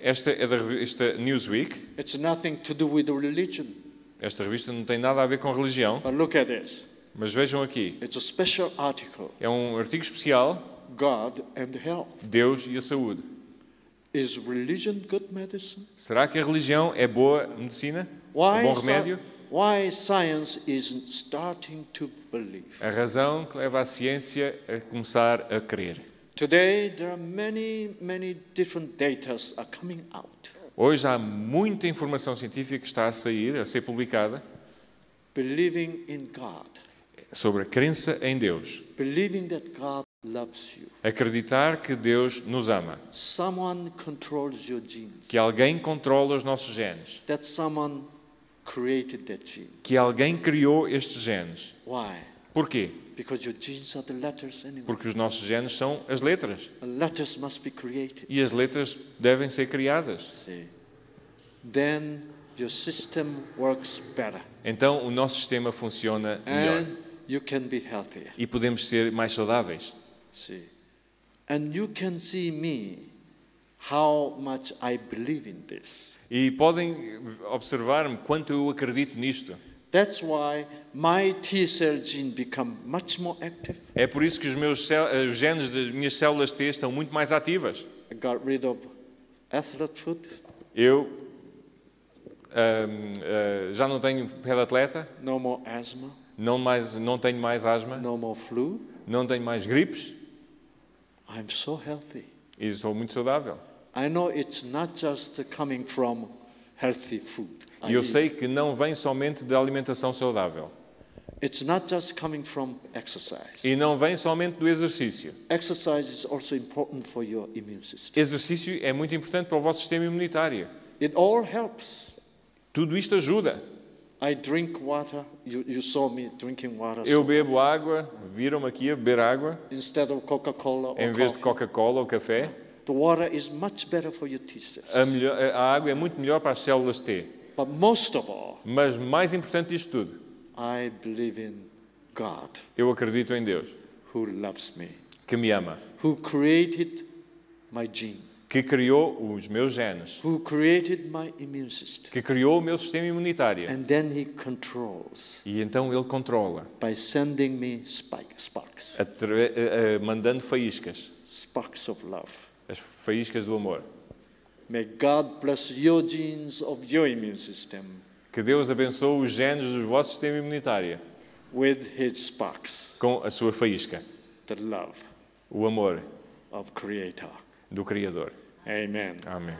Speaker 3: Esta é da revista Newsweek.
Speaker 2: It's nothing to do with religion.
Speaker 3: Esta revista não tem nada a ver com religião,
Speaker 2: But look at this.
Speaker 3: mas vejam aqui.
Speaker 2: It's a special article.
Speaker 3: É um artigo especial,
Speaker 2: God and health.
Speaker 3: Deus e a saúde.
Speaker 2: Is religion good medicine?
Speaker 3: Será que a religião é boa medicina? um bom
Speaker 2: sci-
Speaker 3: remédio?
Speaker 2: why science isn't starting to believe?
Speaker 3: A razão que leva a ciência a começar a crer.
Speaker 2: Today, there are many, many different data are coming out.
Speaker 3: Hoje há muita informação científica que está a sair, a ser publicada,
Speaker 2: Believing in God.
Speaker 3: sobre a crença em Deus.
Speaker 2: Believing that God loves you.
Speaker 3: Acreditar que Deus nos ama,
Speaker 2: Someone controls your genes.
Speaker 3: que alguém controla os nossos genes,
Speaker 2: That someone created that gene.
Speaker 3: que alguém criou estes genes.
Speaker 2: Why?
Speaker 3: Porquê?
Speaker 2: Because your genes are the letters anyway.
Speaker 3: Porque os nossos genes são as letras
Speaker 2: Letters must be created.
Speaker 3: e as letras devem ser criadas.
Speaker 2: See, then your system works better
Speaker 3: Então o nosso sistema funciona melhor
Speaker 2: and you can be healthier.
Speaker 3: e podemos ser mais saudáveis.
Speaker 2: See, and you can see me how much I believe in this.
Speaker 3: E podem observar-me quanto eu acredito nisto.
Speaker 2: That's why my T cell gene become much more active.
Speaker 3: É por isso que os meus cel- eh, os genes das minhas células T estão muito mais ativas.
Speaker 2: I got rid of athlete food,
Speaker 3: Eu ahm, ah, já não tenho pé de atleta,
Speaker 2: no more asthma,
Speaker 3: não, mais, não tenho mais asma,
Speaker 2: no more flu.
Speaker 3: não tenho mais gripes
Speaker 2: I'm so healthy.
Speaker 3: e sou muito saudável.
Speaker 2: I know it's not just coming from healthy food. I
Speaker 3: E eu
Speaker 2: eat.
Speaker 3: sei que não vem somente da alimentação saudável.
Speaker 2: It's not just coming from exercise.
Speaker 3: E não vem somente do exercício.
Speaker 2: Exercise is also important for your immune system.
Speaker 3: Exercício é muito importante para o vosso sistema imunitário.
Speaker 2: It all helps.
Speaker 3: Tudo isto ajuda.
Speaker 2: I drink water. You, you saw me drinking water
Speaker 3: Eu bebo água, viram-me aqui a beber água,
Speaker 2: instead of Coca Cola or
Speaker 3: em vez de
Speaker 2: coffee.
Speaker 3: Coca-Cola ou café.
Speaker 2: the water is much better for your T cells.
Speaker 3: A, melhor- a água é muito melhor para as células T.
Speaker 2: but most of all,
Speaker 3: Mas mais importante disto tudo,
Speaker 2: I believe in God
Speaker 3: eu acredito em Deus,
Speaker 2: who loves me,
Speaker 3: que me ama,
Speaker 2: who created my gene,
Speaker 3: que criou os meus genes,
Speaker 2: who created my immune system.
Speaker 3: que criou o meu sistema imunitário.
Speaker 2: And then he controls
Speaker 3: E então ele controla,
Speaker 2: by sending me spike, sparks,
Speaker 3: atra- eh, eh, mandando faíscas,
Speaker 2: sparks of love.
Speaker 3: as faíscas do amor.
Speaker 2: May God bless your genes of your immune system
Speaker 3: Que Deus abençoe os genes do vosso sistema imunitário
Speaker 2: with His sparks,
Speaker 3: com a sua faísca,
Speaker 2: the love
Speaker 3: o amor
Speaker 2: of Creator.
Speaker 3: do Criador.
Speaker 2: Amen.
Speaker 3: Amém.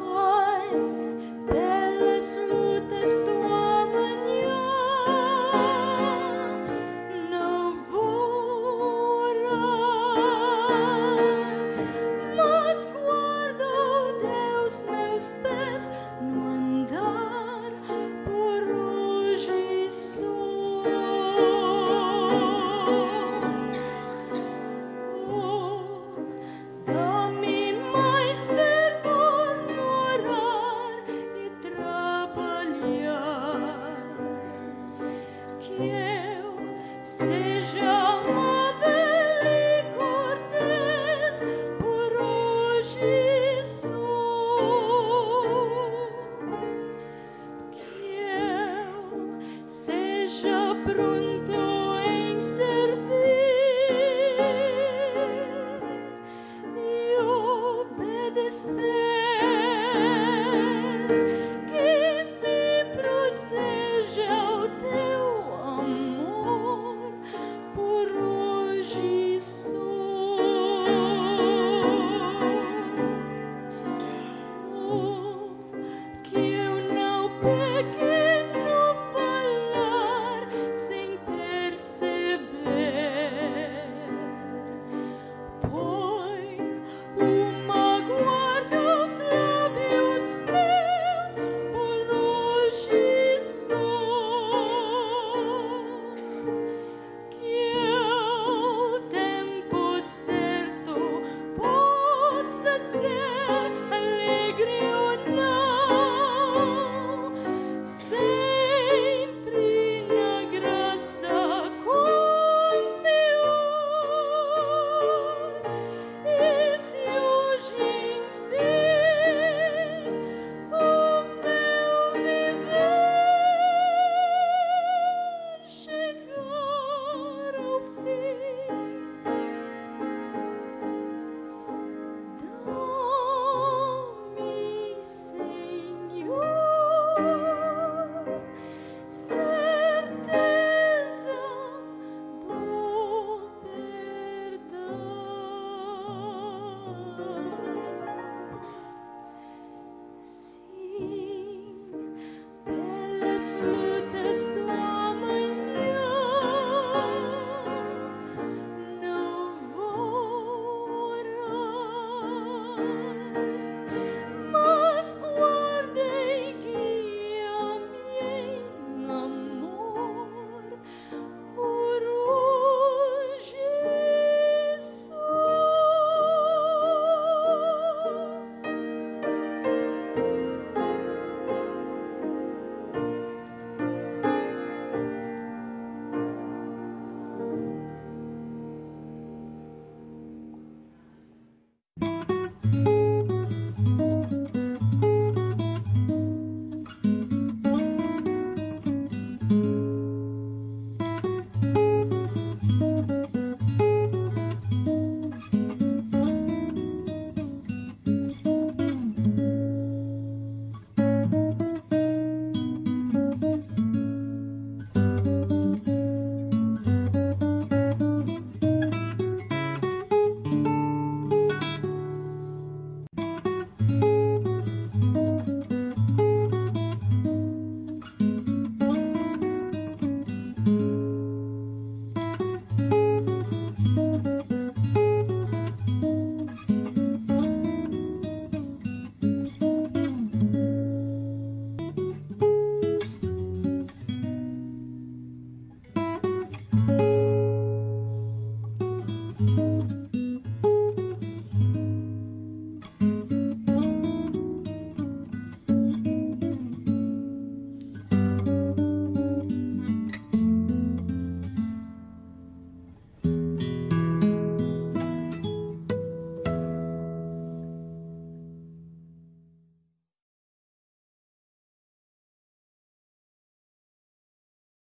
Speaker 1: Ai, belas lutas do amanhã não vou orar, mas guarda, ó Deus, meus pés no andar por hoje só. Oh, dá-me mais fervor no orar e trabalhar, que eu seja amável e cortês por hoje só. Que eu seja pronto em servir e obedecer, que me proteja o teu amor por hoje as lutas do